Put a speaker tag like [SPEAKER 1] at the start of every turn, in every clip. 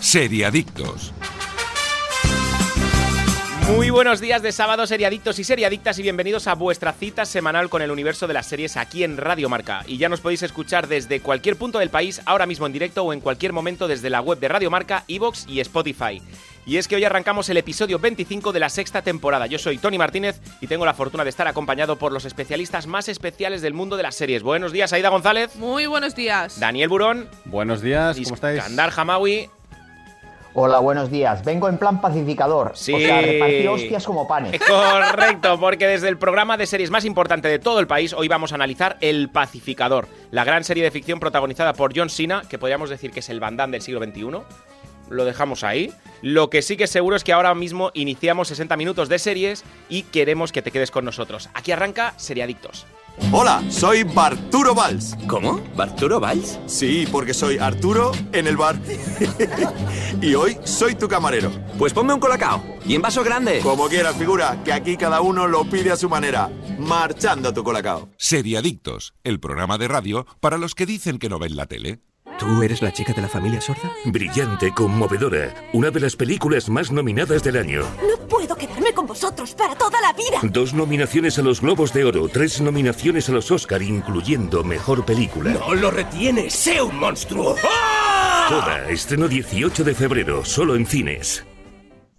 [SPEAKER 1] Seriadictos.
[SPEAKER 2] Muy buenos días de sábado, seriadictos y seriadictas, y bienvenidos a vuestra cita semanal con el universo de las series aquí en Radio Marca. Y ya nos podéis escuchar desde cualquier punto del país, ahora mismo en directo o en cualquier momento desde la web de Radio Marca, Evox y Spotify. Y es que hoy arrancamos el episodio 25 de la sexta temporada. Yo soy Tony Martínez y tengo la fortuna de estar acompañado por los especialistas más especiales del mundo de las series. Buenos días, Aida González,
[SPEAKER 3] Muy buenos días.
[SPEAKER 2] Daniel Burón,
[SPEAKER 4] Buenos días, ¿cómo estáis?
[SPEAKER 2] Iskandar Hamawi
[SPEAKER 5] Hola, buenos días. Vengo en plan pacificador.
[SPEAKER 2] Sí.
[SPEAKER 5] O sea, repartir hostias como
[SPEAKER 2] Eh,
[SPEAKER 5] panes.
[SPEAKER 2] Correcto, porque desde el programa de series más importante de todo el país, hoy vamos a analizar El Pacificador, la gran serie de ficción protagonizada por John Cena, que podríamos decir que es el Van Damme del siglo XXI. Lo dejamos ahí. Lo que sí que es seguro es que ahora mismo iniciamos 60 minutos de series y queremos que te quedes con nosotros. Aquí arranca Seriadictos.
[SPEAKER 6] Hola, soy Barturo Valls.
[SPEAKER 7] ¿Cómo? ¿Barturo Valls?
[SPEAKER 6] Sí, porque soy Arturo en el bar. y hoy soy tu camarero.
[SPEAKER 7] Pues ponme un colacao. Y en vaso grande.
[SPEAKER 6] Como quieras, figura, que aquí cada uno lo pide a su manera. Marchando a tu colacao.
[SPEAKER 1] Seriadictos, el programa de radio para los que dicen que no ven la tele.
[SPEAKER 7] ¿Tú eres la chica de la familia sorda?
[SPEAKER 8] Brillante, conmovedora, una de las películas más nominadas del año.
[SPEAKER 9] No puedo quedarme con vosotros para toda la vida.
[SPEAKER 8] Dos nominaciones a los Globos de Oro, tres nominaciones a los Oscar, incluyendo Mejor Película.
[SPEAKER 7] ¡No lo retienes! ¡Sé un monstruo! ¡Ah!
[SPEAKER 9] Ah.
[SPEAKER 8] Toda, estreno 18 de febrero, solo en cines.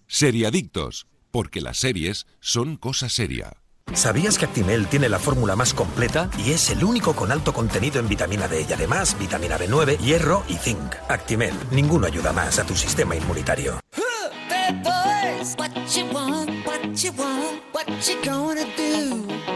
[SPEAKER 1] Seriadictos, porque las series son cosa seria.
[SPEAKER 10] ¿Sabías que Actimel tiene la fórmula más completa y es el único con alto contenido en vitamina D y además vitamina B9, hierro y zinc? Actimel, ninguno ayuda más a tu sistema inmunitario.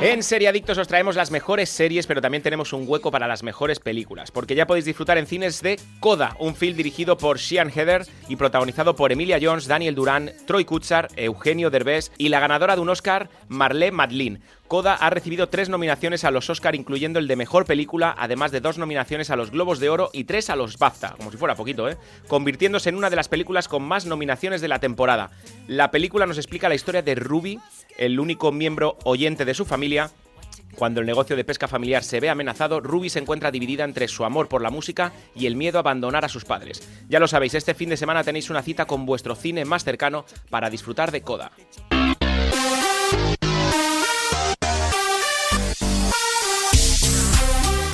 [SPEAKER 2] En Seriadictos os traemos las mejores series, pero también tenemos un hueco para las mejores películas, porque ya podéis disfrutar en cines de Coda, un film dirigido por Sean Heather y protagonizado por Emilia Jones, Daniel Durán, Troy Kutzar, Eugenio Derbez y la ganadora de un Oscar, Marlene Madlin. Coda ha recibido tres nominaciones a los Oscar, incluyendo el de Mejor Película, además de dos nominaciones a los Globos de Oro y tres a los BAFTA, como si fuera poquito, ¿eh? convirtiéndose en una de las películas con más nominaciones de la temporada. La película nos explica la historia de Ruby, el único miembro oyente de su familia, cuando el negocio de pesca familiar se ve amenazado, Ruby se encuentra dividida entre su amor por la música y el miedo a abandonar a sus padres. Ya lo sabéis, este fin de semana tenéis una cita con vuestro cine más cercano para disfrutar de Coda.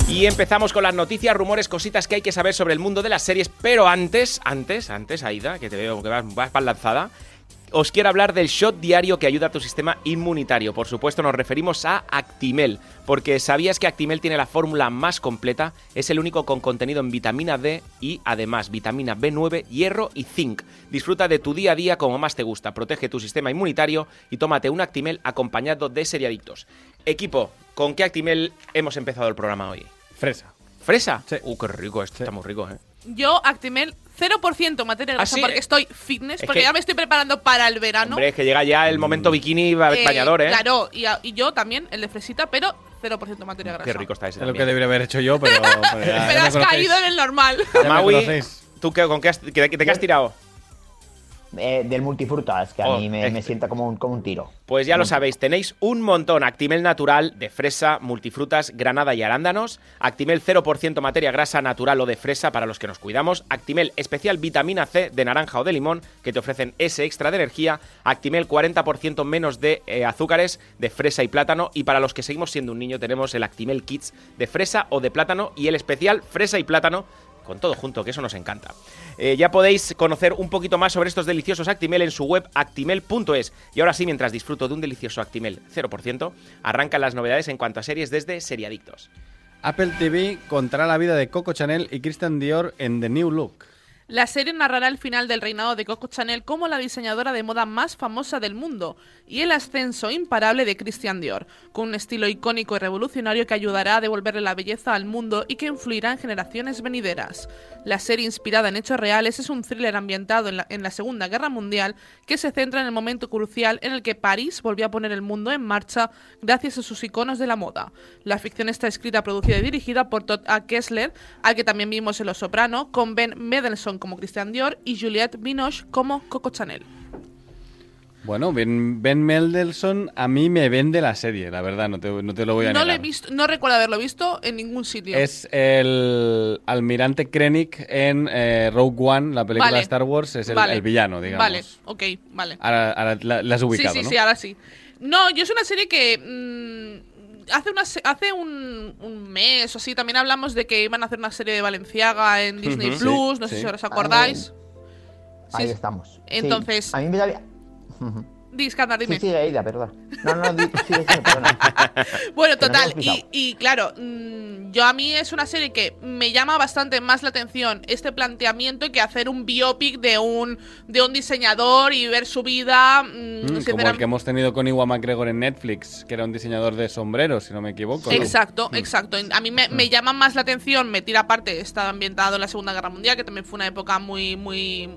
[SPEAKER 2] Y empezamos con las noticias, rumores, cositas que hay que saber sobre el mundo de las series. Pero antes, antes, antes, Aida, que te veo que vas, vas pa'l lanzada, os quiero hablar del shot diario que ayuda a tu sistema inmunitario. Por supuesto, nos referimos a Actimel, porque sabías que Actimel tiene la fórmula más completa, es el único con contenido en vitamina D y además vitamina B9, hierro y zinc. Disfruta de tu día a día como más te gusta, protege tu sistema inmunitario y tómate un Actimel acompañado de seriadictos. Equipo, ¿con qué Actimel hemos empezado el programa hoy?
[SPEAKER 4] Fresa.
[SPEAKER 2] ¿Fresa?
[SPEAKER 4] Sí.
[SPEAKER 2] Uh, qué rico esto. Está muy rico, ¿eh?
[SPEAKER 3] Yo, Actimel, 0% materia
[SPEAKER 2] ¿Ah,
[SPEAKER 3] grasa
[SPEAKER 2] sí?
[SPEAKER 3] porque estoy fitness,
[SPEAKER 2] Es
[SPEAKER 3] porque
[SPEAKER 2] que-
[SPEAKER 3] ya me estoy preparando para el verano.
[SPEAKER 2] Hombre, es que llega
[SPEAKER 4] Mm.
[SPEAKER 2] ya el momento bikini ba-
[SPEAKER 3] Eh,
[SPEAKER 2] bañador, ¿eh?
[SPEAKER 3] Claro, y, a- y yo también, el de fresita, pero 0% materia grasa.
[SPEAKER 2] Qué rico está ese
[SPEAKER 4] Es lo que
[SPEAKER 2] también. eh.
[SPEAKER 4] debería haber hecho yo, pero. pero ya- ya
[SPEAKER 3] Pero
[SPEAKER 4] me
[SPEAKER 3] has
[SPEAKER 4] conocéis.
[SPEAKER 3] caído en el normal.
[SPEAKER 4] Ya me
[SPEAKER 2] Maui,
[SPEAKER 4] conocéis.
[SPEAKER 2] ¿tú qué, con qué has, qué- qué- te qué has tirado?
[SPEAKER 5] Eh, del multifrutas, que a
[SPEAKER 2] Oh,
[SPEAKER 5] mí me,
[SPEAKER 2] este.
[SPEAKER 5] me sienta como un, como un tiro.
[SPEAKER 2] Pues ya lo sabéis, tenéis un montón. Actimel natural de fresa, multifrutas, granada y arándanos. Actimel 0% materia grasa natural o de fresa para los que nos cuidamos. Actimel especial vitamina C de naranja o de limón que te ofrecen ese extra de energía. Actimel 40% menos de eh, azúcares de fresa y plátano. Y para los que seguimos siendo un niño tenemos el Actimel Kids de fresa o de plátano y el especial fresa y plátano con todo junto, que eso nos encanta. Eh, ya podéis conocer un poquito más sobre estos deliciosos Actimel en su web actimel.es. Y ahora sí, mientras disfruto de un delicioso Actimel 0%, arrancan las novedades en cuanto a series desde Seriadictos.
[SPEAKER 4] Apple TV contará la vida de Coco Chanel y Christian Dior en The New Look.
[SPEAKER 3] La serie narrará el final del reinado de Coco Chanel como la diseñadora de moda más famosa del mundo y el ascenso imparable de Christian Dior, con un estilo icónico y revolucionario que ayudará a devolverle la belleza al mundo y que influirá en generaciones venideras. La serie inspirada en hechos reales es un thriller ambientado en la, en la Segunda Guerra Mundial que se centra en el momento crucial en el que París volvió a poner el mundo en marcha gracias a sus iconos de la moda. La ficción está escrita, producida y dirigida por Todd A. Kessler, al que también vimos en Los Soprano, con Ben Mendelsohn como Christian Dior y Juliette Binoche como Coco Chanel.
[SPEAKER 4] Bueno, Ben, ben Mendelssohn a mí me vende la serie, la verdad, no te, no te lo voy a
[SPEAKER 3] No,
[SPEAKER 4] negar.
[SPEAKER 3] lo he visto, no recuerdo haberlo visto en ningún sitio.
[SPEAKER 4] Es el almirante Krennic en eh, Rogue One, la película
[SPEAKER 3] Vale.
[SPEAKER 4] de Star Wars, es el,
[SPEAKER 3] Vale.
[SPEAKER 4] el villano, digamos.
[SPEAKER 3] Vale, ok, vale.
[SPEAKER 4] Ahora, ahora la, la has ubicado,
[SPEAKER 3] sí, sí,
[SPEAKER 4] ¿no?
[SPEAKER 3] sí, ahora sí. No, yo es una serie que mm, hace una se- hace un, un mes o así también hablamos de que iban a hacer una serie de Valenciaga en Disney
[SPEAKER 5] Ujú.
[SPEAKER 3] Plus,
[SPEAKER 5] Sí,
[SPEAKER 3] no sé
[SPEAKER 5] sí.
[SPEAKER 3] si os acordáis.
[SPEAKER 5] Ahí
[SPEAKER 3] Sí,
[SPEAKER 5] estamos. Sí.
[SPEAKER 3] Entonces-
[SPEAKER 5] A mí me da...
[SPEAKER 3] Dis, Candar,
[SPEAKER 5] Sí,
[SPEAKER 3] dime.
[SPEAKER 5] sigue Aida, perdón. No, no, di- sigue, sigue, perdona.
[SPEAKER 3] Bueno,
[SPEAKER 5] Que nos
[SPEAKER 3] total,
[SPEAKER 5] hemos
[SPEAKER 3] y,
[SPEAKER 5] pillado.
[SPEAKER 3] y claro, mm, yo a mí es una serie que me llama bastante más la atención este planteamiento que hacer un biopic de un de un diseñador y ver su vida. mm,
[SPEAKER 4] Mm, como el
[SPEAKER 3] sinceramente-
[SPEAKER 4] que hemos tenido con Iwa McGregor en Netflix, que era un diseñador de sombreros, si no me equivoco. ¿no?
[SPEAKER 3] Exacto,
[SPEAKER 2] Mm.
[SPEAKER 3] exacto. A mí me, me llama más la atención, me tira aparte, está ambientado en la Segunda Guerra Mundial, que también fue una época muy, muy,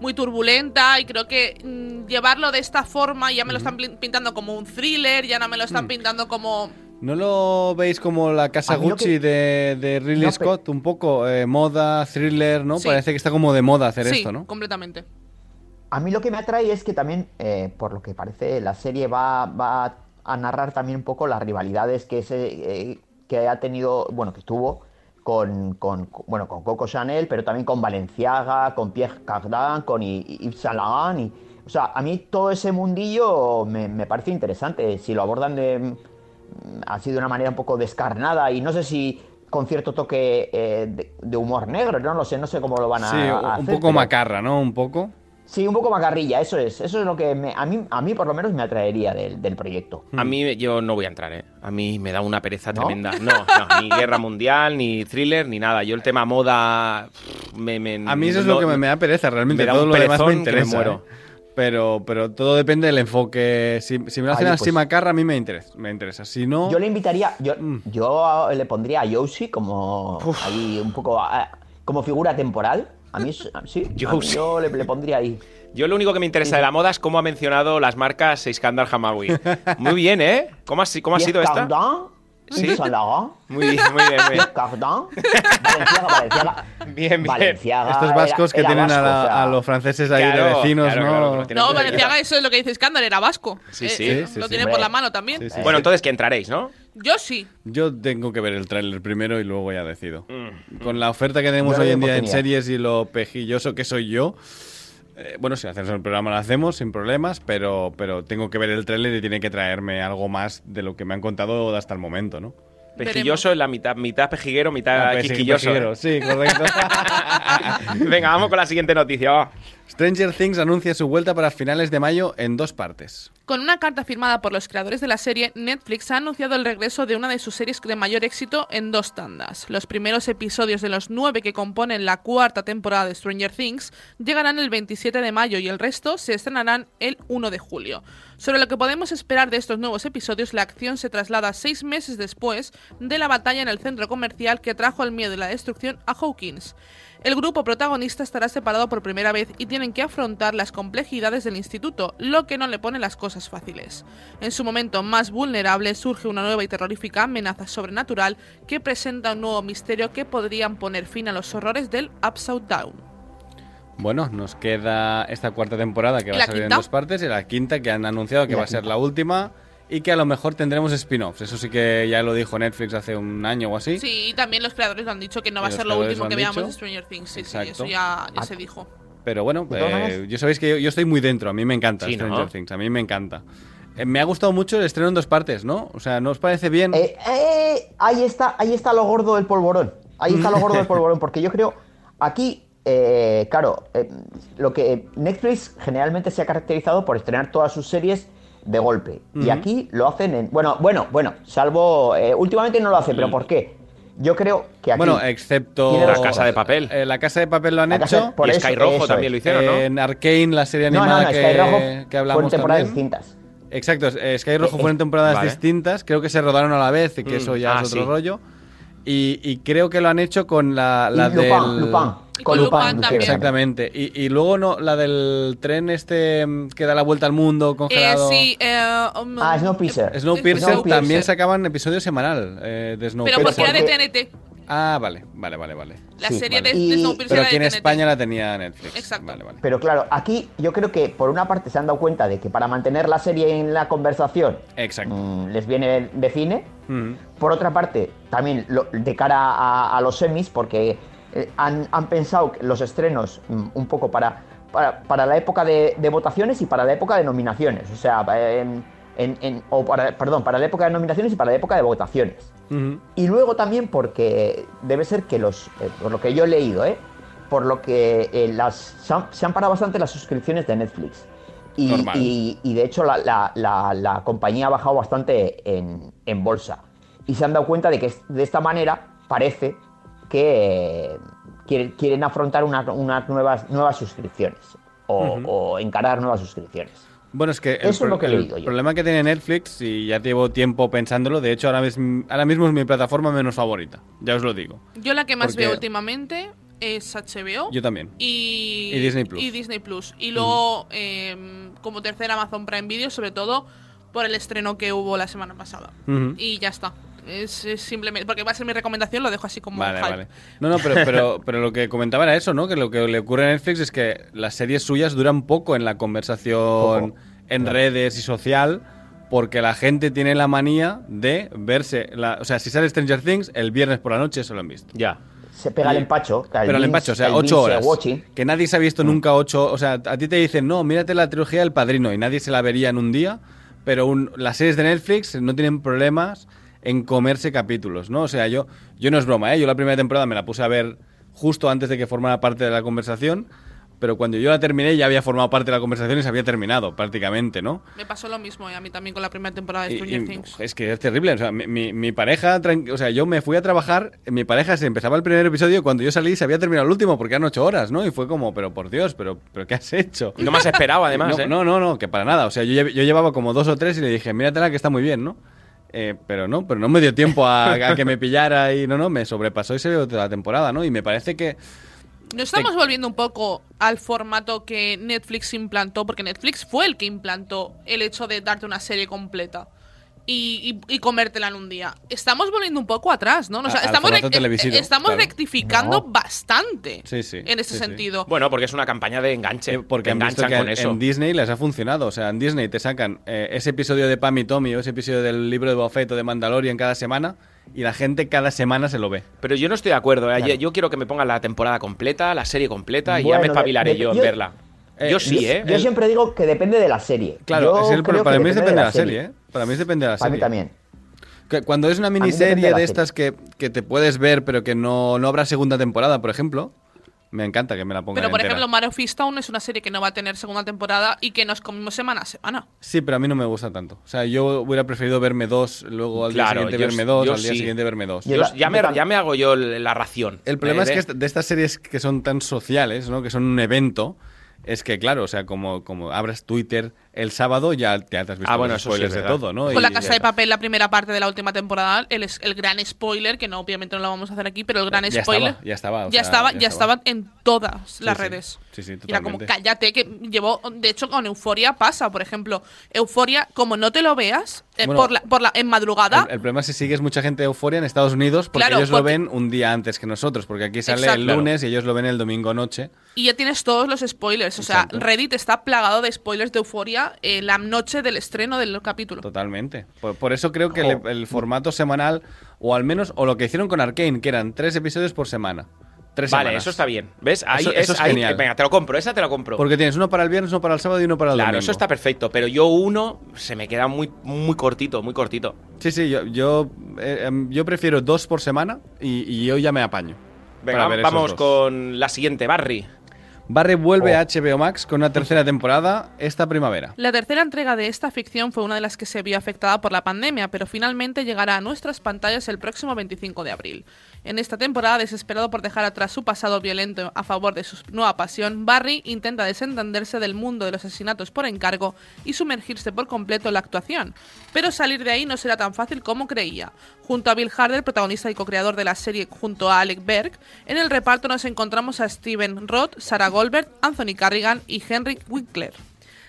[SPEAKER 3] muy turbulenta y creo que mm, llevarlo de esta forma ya me lo están plin- pintando como un thriller, ya no me lo están
[SPEAKER 2] Mm.
[SPEAKER 3] pintando como...
[SPEAKER 4] ¿No lo veis como la casa
[SPEAKER 3] A mí lo
[SPEAKER 4] Gucci
[SPEAKER 3] que-
[SPEAKER 4] de, de Ridley
[SPEAKER 3] No, pero-
[SPEAKER 4] Scott? Un poco eh, moda, thriller, ¿no?
[SPEAKER 3] Sí.
[SPEAKER 4] Parece que está como de moda hacer
[SPEAKER 3] sí,
[SPEAKER 4] esto, ¿no?
[SPEAKER 3] completamente.
[SPEAKER 5] A mí lo que me atrae es que también, eh, por lo que parece, la serie va, va a narrar también un poco las rivalidades que, ese, eh, que ha tenido, bueno, que tuvo con, con, bueno, con Coco Chanel, pero también con Balenciaga, con Pierre Cardin, con I- I- Yves Saint Laurent. y- o sea, a mí todo ese mundillo me, me parece interesante. Si lo abordan de, mm, así de una manera un poco descarnada y no sé si con cierto toque eh, de, de humor negro, no lo sé, no sé cómo lo van a,
[SPEAKER 4] Sí,
[SPEAKER 5] a
[SPEAKER 4] un
[SPEAKER 5] hacer,
[SPEAKER 4] poco
[SPEAKER 5] pero-
[SPEAKER 4] macarra, ¿no? Un poco.
[SPEAKER 5] Sí, un poco macarrilla, eso es. Eso es lo que me- a, mí, a mí por lo menos me atraería del, del proyecto.
[SPEAKER 2] A
[SPEAKER 4] Mm.
[SPEAKER 2] mí yo no voy a entrar, ¿eh? A mí me da una pereza tremenda. No, no, ni guerra mundial, ni thriller, ni nada. Yo el tema moda... pff, me- me-
[SPEAKER 4] A mí eso es
[SPEAKER 2] no-
[SPEAKER 4] lo que me, me da pereza, realmente.
[SPEAKER 2] Mm, me da
[SPEAKER 4] todo
[SPEAKER 2] un
[SPEAKER 4] lo demás me
[SPEAKER 2] perezón que me
[SPEAKER 4] interesa.
[SPEAKER 2] muero.
[SPEAKER 4] ¿eh? Pero, pero todo depende del enfoque. Si, si me lo hacen
[SPEAKER 5] Oye,
[SPEAKER 4] así
[SPEAKER 5] pues-
[SPEAKER 4] macarra, a mí me interesa. Me interesa. Si no.
[SPEAKER 5] Yo le invitaría, yo,
[SPEAKER 2] Mm.
[SPEAKER 5] yo le pondría a Yoshi como ahí un poco a- como figura temporal. A mí es- sí, a mí
[SPEAKER 2] Yoshi.
[SPEAKER 5] yo le, le pondría ahí.
[SPEAKER 2] Yo lo único que me interesa de la moda es cómo ha mencionado las marcas Iskandar Hamawi. Muy bien, ¿eh? ¿Cómo ha, si- cómo ha sido esta? Sí.
[SPEAKER 5] Sí. Saint Laurent,
[SPEAKER 2] Muy bien, muy bien, muy bien.
[SPEAKER 5] Pierre Cardin, Valenciaga, Valenciaga.
[SPEAKER 2] Bien, bien.
[SPEAKER 5] Valenciaga
[SPEAKER 4] Estos
[SPEAKER 5] era-
[SPEAKER 4] vascos que
[SPEAKER 5] era
[SPEAKER 4] tienen a,
[SPEAKER 5] vasco,
[SPEAKER 4] la-
[SPEAKER 5] o sea,
[SPEAKER 4] a los franceses ahí de
[SPEAKER 2] Claro,
[SPEAKER 4] vecinos,
[SPEAKER 2] claro,
[SPEAKER 4] ¿no?
[SPEAKER 2] claro, lo tienen
[SPEAKER 3] No,
[SPEAKER 2] por ahí.
[SPEAKER 3] Valenciaga, eso es lo que dice Scandal, era vasco.
[SPEAKER 2] Sí,
[SPEAKER 3] Eh,
[SPEAKER 2] sí.
[SPEAKER 3] eh,
[SPEAKER 2] Sí, sí,
[SPEAKER 3] lo
[SPEAKER 2] sí.
[SPEAKER 3] tiene por la mano también.
[SPEAKER 4] Sí, sí,
[SPEAKER 2] Bueno,
[SPEAKER 4] sí.
[SPEAKER 2] entonces que entraréis, ¿no?
[SPEAKER 3] Yo sí.
[SPEAKER 4] Yo tengo que ver el tráiler primero y luego ya decido. Con la oferta que tenemos
[SPEAKER 5] Yo le
[SPEAKER 4] hoy
[SPEAKER 5] doy
[SPEAKER 4] en día en
[SPEAKER 5] oportunidad.
[SPEAKER 4] series y lo pejilloso que soy yo, eh, bueno, si hacemos el programa lo hacemos sin problemas, pero, pero tengo que ver el tráiler y tiene que traerme algo más de lo que me han contado hasta el momento, ¿no?
[SPEAKER 2] Pejilloso es la mitad, mitad pejiguero, mitad
[SPEAKER 4] Ah, pues sí,
[SPEAKER 2] quisquilloso.
[SPEAKER 4] pejiguero, Sí, correcto.
[SPEAKER 2] Venga, vamos con la siguiente noticia. va.
[SPEAKER 4] Stranger Things anuncia su vuelta para finales de mayo en dos partes.
[SPEAKER 3] Con una carta firmada por los creadores de la serie, Netflix ha anunciado el regreso de una de sus series de mayor éxito en dos tandas. Los primeros episodios de los nueve que componen la cuarta temporada de Stranger Things llegarán el 27 de mayo y el resto se estrenarán el 1 de julio. Sobre lo que podemos esperar de estos nuevos episodios, la acción se traslada seis meses después de la batalla en el centro comercial que trajo el miedo y la destrucción a Hawkins. El grupo protagonista estará separado por primera vez y tienen que afrontar las complejidades del instituto, lo que no le pone las cosas fáciles. En su momento más vulnerable surge una nueva y terrorífica amenaza sobrenatural que presenta un nuevo misterio que podrían poner fin a los horrores del Upside Down.
[SPEAKER 4] Bueno, nos queda esta cuarta temporada que
[SPEAKER 3] ¿Y
[SPEAKER 4] va
[SPEAKER 3] la
[SPEAKER 4] a salir
[SPEAKER 3] quinta?
[SPEAKER 4] en dos partes y la quinta que han anunciado que
[SPEAKER 5] Y la
[SPEAKER 4] va a ser la última y que a lo mejor tendremos spin-offs. Eso sí que ya lo dijo Netflix hace un año o así.
[SPEAKER 3] Sí, y también los creadores lo han dicho que no
[SPEAKER 4] Y
[SPEAKER 3] va a
[SPEAKER 4] los
[SPEAKER 3] ser lo
[SPEAKER 4] creadores
[SPEAKER 3] último
[SPEAKER 4] lo
[SPEAKER 3] que
[SPEAKER 4] han
[SPEAKER 3] veamos
[SPEAKER 4] dicho.
[SPEAKER 3] de Stranger Things. Sí, sí,
[SPEAKER 4] Exacto. Ah,
[SPEAKER 3] eso ya, ya se dijo.
[SPEAKER 4] Pero bueno,
[SPEAKER 5] ¿De todas
[SPEAKER 4] eh,
[SPEAKER 5] maneras?
[SPEAKER 4] yo sabéis que yo, yo estoy muy dentro. A mí me encanta
[SPEAKER 2] Sí, ¿no?
[SPEAKER 4] Stranger Things. A mí me encanta. Eh, me ha gustado mucho el estreno en dos partes, ¿no? O sea, ¿no os parece bien?
[SPEAKER 5] Eh, eh, ahí está, ahí está lo gordo del polvorón. Ahí está lo gordo del polvorón, porque yo creo aquí, eh, claro, eh, lo que Netflix generalmente se ha caracterizado por estrenar todas sus series de golpe. Y
[SPEAKER 4] Ujú.
[SPEAKER 5] aquí lo hacen en, bueno, bueno, bueno, salvo eh, últimamente no lo hace, pero ¿por qué? Yo creo que aquí
[SPEAKER 4] Mm. bueno, eh, excepto
[SPEAKER 5] Tiene
[SPEAKER 2] La Casa de Papel.
[SPEAKER 4] Eh, la Casa de Papel lo han
[SPEAKER 5] La Casa-
[SPEAKER 4] hecho.
[SPEAKER 5] por
[SPEAKER 2] y
[SPEAKER 5] eso-
[SPEAKER 2] Sky Rojo
[SPEAKER 5] eso
[SPEAKER 2] también
[SPEAKER 5] es.
[SPEAKER 2] lo hicieron, ¿no?
[SPEAKER 4] En Arcane, la serie
[SPEAKER 5] no,
[SPEAKER 4] animada
[SPEAKER 5] no, no,
[SPEAKER 4] que,
[SPEAKER 5] Sky Rojo
[SPEAKER 4] que
[SPEAKER 5] fueron
[SPEAKER 4] hablamos
[SPEAKER 5] temporadas
[SPEAKER 4] también.
[SPEAKER 5] distintas.
[SPEAKER 4] Exacto, eh, Sky Rojo
[SPEAKER 5] Eh,
[SPEAKER 4] fueron temporadas
[SPEAKER 2] vale.
[SPEAKER 4] distintas, creo que se rodaron a la vez y que
[SPEAKER 2] Mm,
[SPEAKER 4] eso ya
[SPEAKER 2] ah,
[SPEAKER 4] es otro
[SPEAKER 2] sí.
[SPEAKER 4] rollo. Y, y creo que lo han hecho con la, la
[SPEAKER 5] y
[SPEAKER 4] del...
[SPEAKER 5] Lupin, Lupin,
[SPEAKER 3] Y con
[SPEAKER 5] con
[SPEAKER 3] Lupin
[SPEAKER 5] Lupin, lo hicieron
[SPEAKER 3] también.
[SPEAKER 4] Exactamente. Y, y luego no, la del tren este mm, que da la vuelta al mundo
[SPEAKER 3] Eh,
[SPEAKER 4] congelado.
[SPEAKER 3] sí, eh, um,
[SPEAKER 5] Ah, Snowpiercer.
[SPEAKER 4] Snowpiercer
[SPEAKER 5] Snowpiercer.
[SPEAKER 4] también sacaban episodio semanal eh, de
[SPEAKER 3] pero
[SPEAKER 4] Snowpiercer.
[SPEAKER 5] Pero
[SPEAKER 3] porque era de
[SPEAKER 5] porque-
[SPEAKER 3] TNT.
[SPEAKER 4] Ah, vale, vale, vale, vale.
[SPEAKER 3] La
[SPEAKER 5] Sí,
[SPEAKER 3] serie
[SPEAKER 5] vale.
[SPEAKER 3] de, de
[SPEAKER 5] Y-
[SPEAKER 3] Snowpiercer
[SPEAKER 4] Pero
[SPEAKER 3] era
[SPEAKER 4] aquí en
[SPEAKER 3] de TNT.
[SPEAKER 4] España la tenía Netflix.
[SPEAKER 3] Exacto.
[SPEAKER 4] Vale, vale.
[SPEAKER 5] Pero claro, aquí yo creo que por una parte se han dado cuenta de que para mantener la serie en la conversación
[SPEAKER 4] Exacto.
[SPEAKER 5] mm, les viene de cine.
[SPEAKER 4] Mm.
[SPEAKER 5] Por otra parte, también lo- de cara a, a los semis, porque eh, han, han pensado que los estrenos mm, un poco para, para, para la época de, de votaciones y para la época de nominaciones. O sea, eh, en- en- en- o para- perdón, para la época de nominaciones y para la época de votaciones.
[SPEAKER 4] Ujú.
[SPEAKER 5] Y luego también porque debe ser que los, eh, por lo que yo he leído, ¿eh? por lo que eh, las, se, han, se han parado bastante las suscripciones de Netflix. Y,
[SPEAKER 4] Normal.
[SPEAKER 5] y- y de hecho la, la- la- la compañía ha bajado bastante en, en bolsa. Y se han dado cuenta de que es- de esta manera parece que eh, quieren, quieren afrontar una- unas nuevas, nuevas suscripciones o, o encarar nuevas suscripciones.
[SPEAKER 4] Bueno, es que el,
[SPEAKER 5] Eso es
[SPEAKER 4] pro-
[SPEAKER 5] lo que he
[SPEAKER 4] el
[SPEAKER 5] leído yo.
[SPEAKER 4] problema que tiene Netflix, y ya llevo tiempo pensándolo, de hecho ahora, mis- ahora mismo es mi plataforma menos favorita, ya os lo digo.
[SPEAKER 3] Yo la que más
[SPEAKER 4] Porque-
[SPEAKER 3] veo últimamente es HBO.
[SPEAKER 4] Yo también.
[SPEAKER 3] Y,
[SPEAKER 4] Y Disney Plus.
[SPEAKER 3] Y Disney Plus. Y luego, eh, como tercera, Amazon Prime Video, sobre todo por el estreno que hubo la semana pasada.
[SPEAKER 4] Ujú.
[SPEAKER 3] Y ya está. Es, es simplemente. Porque va a ser mi recomendación, lo dejo así como.
[SPEAKER 4] Vale,
[SPEAKER 3] hype.
[SPEAKER 4] vale. No, no, pero, pero, pero lo que comentaba era eso, ¿no? Que lo que le ocurre a Netflix es que las series suyas duran poco en la conversación en redes y social porque la gente tiene la manía de verse... la- o sea, si sale Stranger Things, el viernes por la noche se lo han visto.
[SPEAKER 2] Ya.
[SPEAKER 5] Se pega el
[SPEAKER 4] Y-
[SPEAKER 5] empacho. que
[SPEAKER 4] Pero el
[SPEAKER 5] binge-
[SPEAKER 4] empacho, o sea,
[SPEAKER 5] el
[SPEAKER 4] ocho
[SPEAKER 5] binge
[SPEAKER 4] horas.
[SPEAKER 5] watching.
[SPEAKER 4] Que nadie se ha visto nunca ocho... O sea, a ti te dicen, no, mírate la trilogía del Padrino y nadie se la vería en un día, pero un- las series de Netflix no tienen problemas en comerse capítulos, ¿no? O sea, yo, yo no es broma, ¿eh? Yo la primera temporada me la puse a ver justo antes de que formara parte de la conversación, pero cuando yo la terminé ya había formado parte de la conversación y se había terminado prácticamente, ¿no?
[SPEAKER 3] Me pasó lo mismo eh, a mí también con la primera temporada de
[SPEAKER 4] Y-
[SPEAKER 3] Stranger
[SPEAKER 4] y,
[SPEAKER 3] Things.
[SPEAKER 4] uf, es que es terrible. O sea, mi, mi- mi pareja, tran- o sea, yo me fui a trabajar, mi pareja se empezaba el primer episodio, cuando yo salí se había terminado el último, porque eran ocho horas, ¿no? Y fue como, pero por Dios, pero, pero ¿qué has hecho?
[SPEAKER 2] No me has esperado, además,
[SPEAKER 4] no,
[SPEAKER 2] ¿eh?
[SPEAKER 4] no, no, no, que para nada. O sea, yo, lle- yo llevaba como dos o tres y le dije, míratela que está muy bien, ¿no? Eh, pero no, pero no me dio tiempo a, a que me pillara y no, no, me sobrepasó y se dio toda la temporada, ¿no? Y me parece que.
[SPEAKER 3] Nos estamos volviendo un poco al formato que Netflix implantó, porque Netflix fue el que implantó el hecho de darte una serie completa y, y- y comértela en un día. Estamos volviendo un poco atrás, ¿no? O sea,
[SPEAKER 4] A- al
[SPEAKER 3] estamos,
[SPEAKER 4] formato
[SPEAKER 3] rec-
[SPEAKER 4] televisivo,
[SPEAKER 3] estamos
[SPEAKER 4] claro.
[SPEAKER 3] rectificando
[SPEAKER 5] No.
[SPEAKER 3] bastante
[SPEAKER 4] Sí, sí,
[SPEAKER 3] en ese
[SPEAKER 4] sí, sí.
[SPEAKER 3] sentido.
[SPEAKER 2] Bueno, porque es una campaña de enganche.
[SPEAKER 4] Eh, porque
[SPEAKER 2] Te
[SPEAKER 4] han visto
[SPEAKER 2] enganchan
[SPEAKER 4] que
[SPEAKER 2] con
[SPEAKER 4] en-
[SPEAKER 2] eso.
[SPEAKER 4] en Disney les ha funcionado. O sea, en Disney te sacan eh, ese episodio de Pam y Tommy o ese episodio del libro de Buffett o de Mandalorian cada semana y la gente cada semana se lo ve.
[SPEAKER 2] Pero yo no estoy de acuerdo. ¿eh? Yo, yo quiero que me pongan la temporada completa, la serie completa, y ya
[SPEAKER 5] Bueno,
[SPEAKER 2] me
[SPEAKER 5] de-
[SPEAKER 2] espabilaré
[SPEAKER 5] de-
[SPEAKER 2] yo en
[SPEAKER 5] yo-
[SPEAKER 2] verla.
[SPEAKER 4] Eh,
[SPEAKER 2] yo sí,
[SPEAKER 5] yo,
[SPEAKER 2] ¿eh?
[SPEAKER 5] yo
[SPEAKER 2] El-
[SPEAKER 5] siempre digo que depende de la serie.
[SPEAKER 4] Claro,
[SPEAKER 5] Yo
[SPEAKER 4] ese es el
[SPEAKER 5] creo
[SPEAKER 4] problema.
[SPEAKER 5] que
[SPEAKER 4] para mí es depende de la serie, ¿eh? Para mí es depende de la
[SPEAKER 5] Para
[SPEAKER 4] serie.
[SPEAKER 5] mí también.
[SPEAKER 4] Que cuando es una
[SPEAKER 5] mí depende
[SPEAKER 4] miniserie
[SPEAKER 5] de la
[SPEAKER 4] de
[SPEAKER 5] serie.
[SPEAKER 4] estas que, que te puedes ver pero que no, no habrá segunda temporada, por ejemplo, me encanta que me la pongan
[SPEAKER 3] Pero, por
[SPEAKER 4] entera.
[SPEAKER 3] ejemplo, Mare of Easttown es una serie que no va a tener segunda temporada y que nos comimos semana a semana.
[SPEAKER 4] Sí, pero a mí no me gusta tanto. O sea, yo hubiera preferido verme dos, luego al
[SPEAKER 2] Claro,
[SPEAKER 4] día siguiente
[SPEAKER 2] yo
[SPEAKER 4] verme
[SPEAKER 2] s-
[SPEAKER 4] dos,
[SPEAKER 2] yo
[SPEAKER 4] al día
[SPEAKER 2] sí.
[SPEAKER 4] siguiente verme dos.
[SPEAKER 5] Yo
[SPEAKER 2] yo-
[SPEAKER 5] la-
[SPEAKER 2] ya, me,
[SPEAKER 5] tam-
[SPEAKER 2] ya me hago yo el- la ración.
[SPEAKER 4] El problema
[SPEAKER 2] Eh,
[SPEAKER 4] es que
[SPEAKER 2] de-
[SPEAKER 4] esta- de estas series que son tan sociales, ¿no? que son un evento, es que, claro, o sea, como, como abras Twitter el sábado, ya te has visto
[SPEAKER 2] Ah, bueno,
[SPEAKER 4] los
[SPEAKER 2] eso sí
[SPEAKER 4] spoilers
[SPEAKER 2] es
[SPEAKER 4] de
[SPEAKER 2] verdad.
[SPEAKER 4] todo, ¿no? Y
[SPEAKER 3] Con la
[SPEAKER 4] ya
[SPEAKER 3] Casa de
[SPEAKER 4] está.
[SPEAKER 3] Papel, la primera parte de la última temporada, el, es- el gran spoiler, que no obviamente no lo vamos a hacer aquí, pero el gran
[SPEAKER 4] Ya
[SPEAKER 3] spoiler.
[SPEAKER 4] estaba, ya estaba,
[SPEAKER 3] ya
[SPEAKER 4] o sea,
[SPEAKER 3] estaba,
[SPEAKER 4] ya
[SPEAKER 3] ya
[SPEAKER 4] estaba.
[SPEAKER 3] estaba en todas las
[SPEAKER 4] sí.
[SPEAKER 3] redes.
[SPEAKER 4] Sí, sí,
[SPEAKER 3] Y Era como,
[SPEAKER 4] totalmente.
[SPEAKER 3] cállate, que llevó. De hecho, con Euforia pasa, por ejemplo. Euforia, como no te lo veas, eh,
[SPEAKER 4] Bueno,
[SPEAKER 3] por la, por la, en madrugada.
[SPEAKER 4] El, el problema es si sigues mucha gente de euforia en Estados Unidos porque
[SPEAKER 3] Claro,
[SPEAKER 4] ellos lo
[SPEAKER 3] porque-
[SPEAKER 4] ven un día antes que nosotros, porque aquí sale el
[SPEAKER 3] Exacto.
[SPEAKER 4] lunes y ellos lo ven el domingo noche.
[SPEAKER 3] Y ya tienes todos los spoilers. O sea,
[SPEAKER 4] Exacto.
[SPEAKER 3] Reddit está plagado de spoilers de Euforia eh, la noche del estreno del capítulo.
[SPEAKER 4] Totalmente. Por, por eso creo que el, el formato semanal, o al menos, o lo que hicieron con Arkane, que eran tres episodios por semana. Tres
[SPEAKER 2] Vale,
[SPEAKER 4] semanas.
[SPEAKER 2] eso está bien. ¿Ves? Ahí
[SPEAKER 4] Eso-
[SPEAKER 2] es,
[SPEAKER 4] eso es
[SPEAKER 2] ahí-
[SPEAKER 4] genial.
[SPEAKER 2] Venga, te lo compro, esa te la compro.
[SPEAKER 4] Porque tienes uno para el viernes, uno para el sábado y uno para el
[SPEAKER 2] claro,
[SPEAKER 4] domingo.
[SPEAKER 2] eso está perfecto. Pero yo uno se me queda muy, muy cortito, muy cortito.
[SPEAKER 4] Sí, sí, yo, yo, eh, em, yo prefiero dos por semana y, y yo ya me apaño.
[SPEAKER 2] Venga,
[SPEAKER 4] para ver esos
[SPEAKER 2] vamos
[SPEAKER 4] dos.
[SPEAKER 2] con la siguiente, Barry.
[SPEAKER 4] Barry vuelve
[SPEAKER 5] Oh.
[SPEAKER 4] a HBO Max con una tercera temporada esta primavera.
[SPEAKER 3] La tercera entrega de esta ficción fue una de las que se vio afectada por la pandemia, pero finalmente llegará a nuestras pantallas el próximo 25 de abril. En esta temporada, desesperado por dejar atrás su pasado violento a favor de su nueva pasión, Barry intenta desentenderse del mundo de los asesinatos por encargo y sumergirse por completo en la actuación. Pero salir de ahí no será tan fácil como creía. Junto a Bill Harder, protagonista y co-creador de la serie, junto a Alec Berg, en el reparto nos encontramos a Steven Roth, Sarah Goldberg, Anthony Carrigan y Henry Winkler.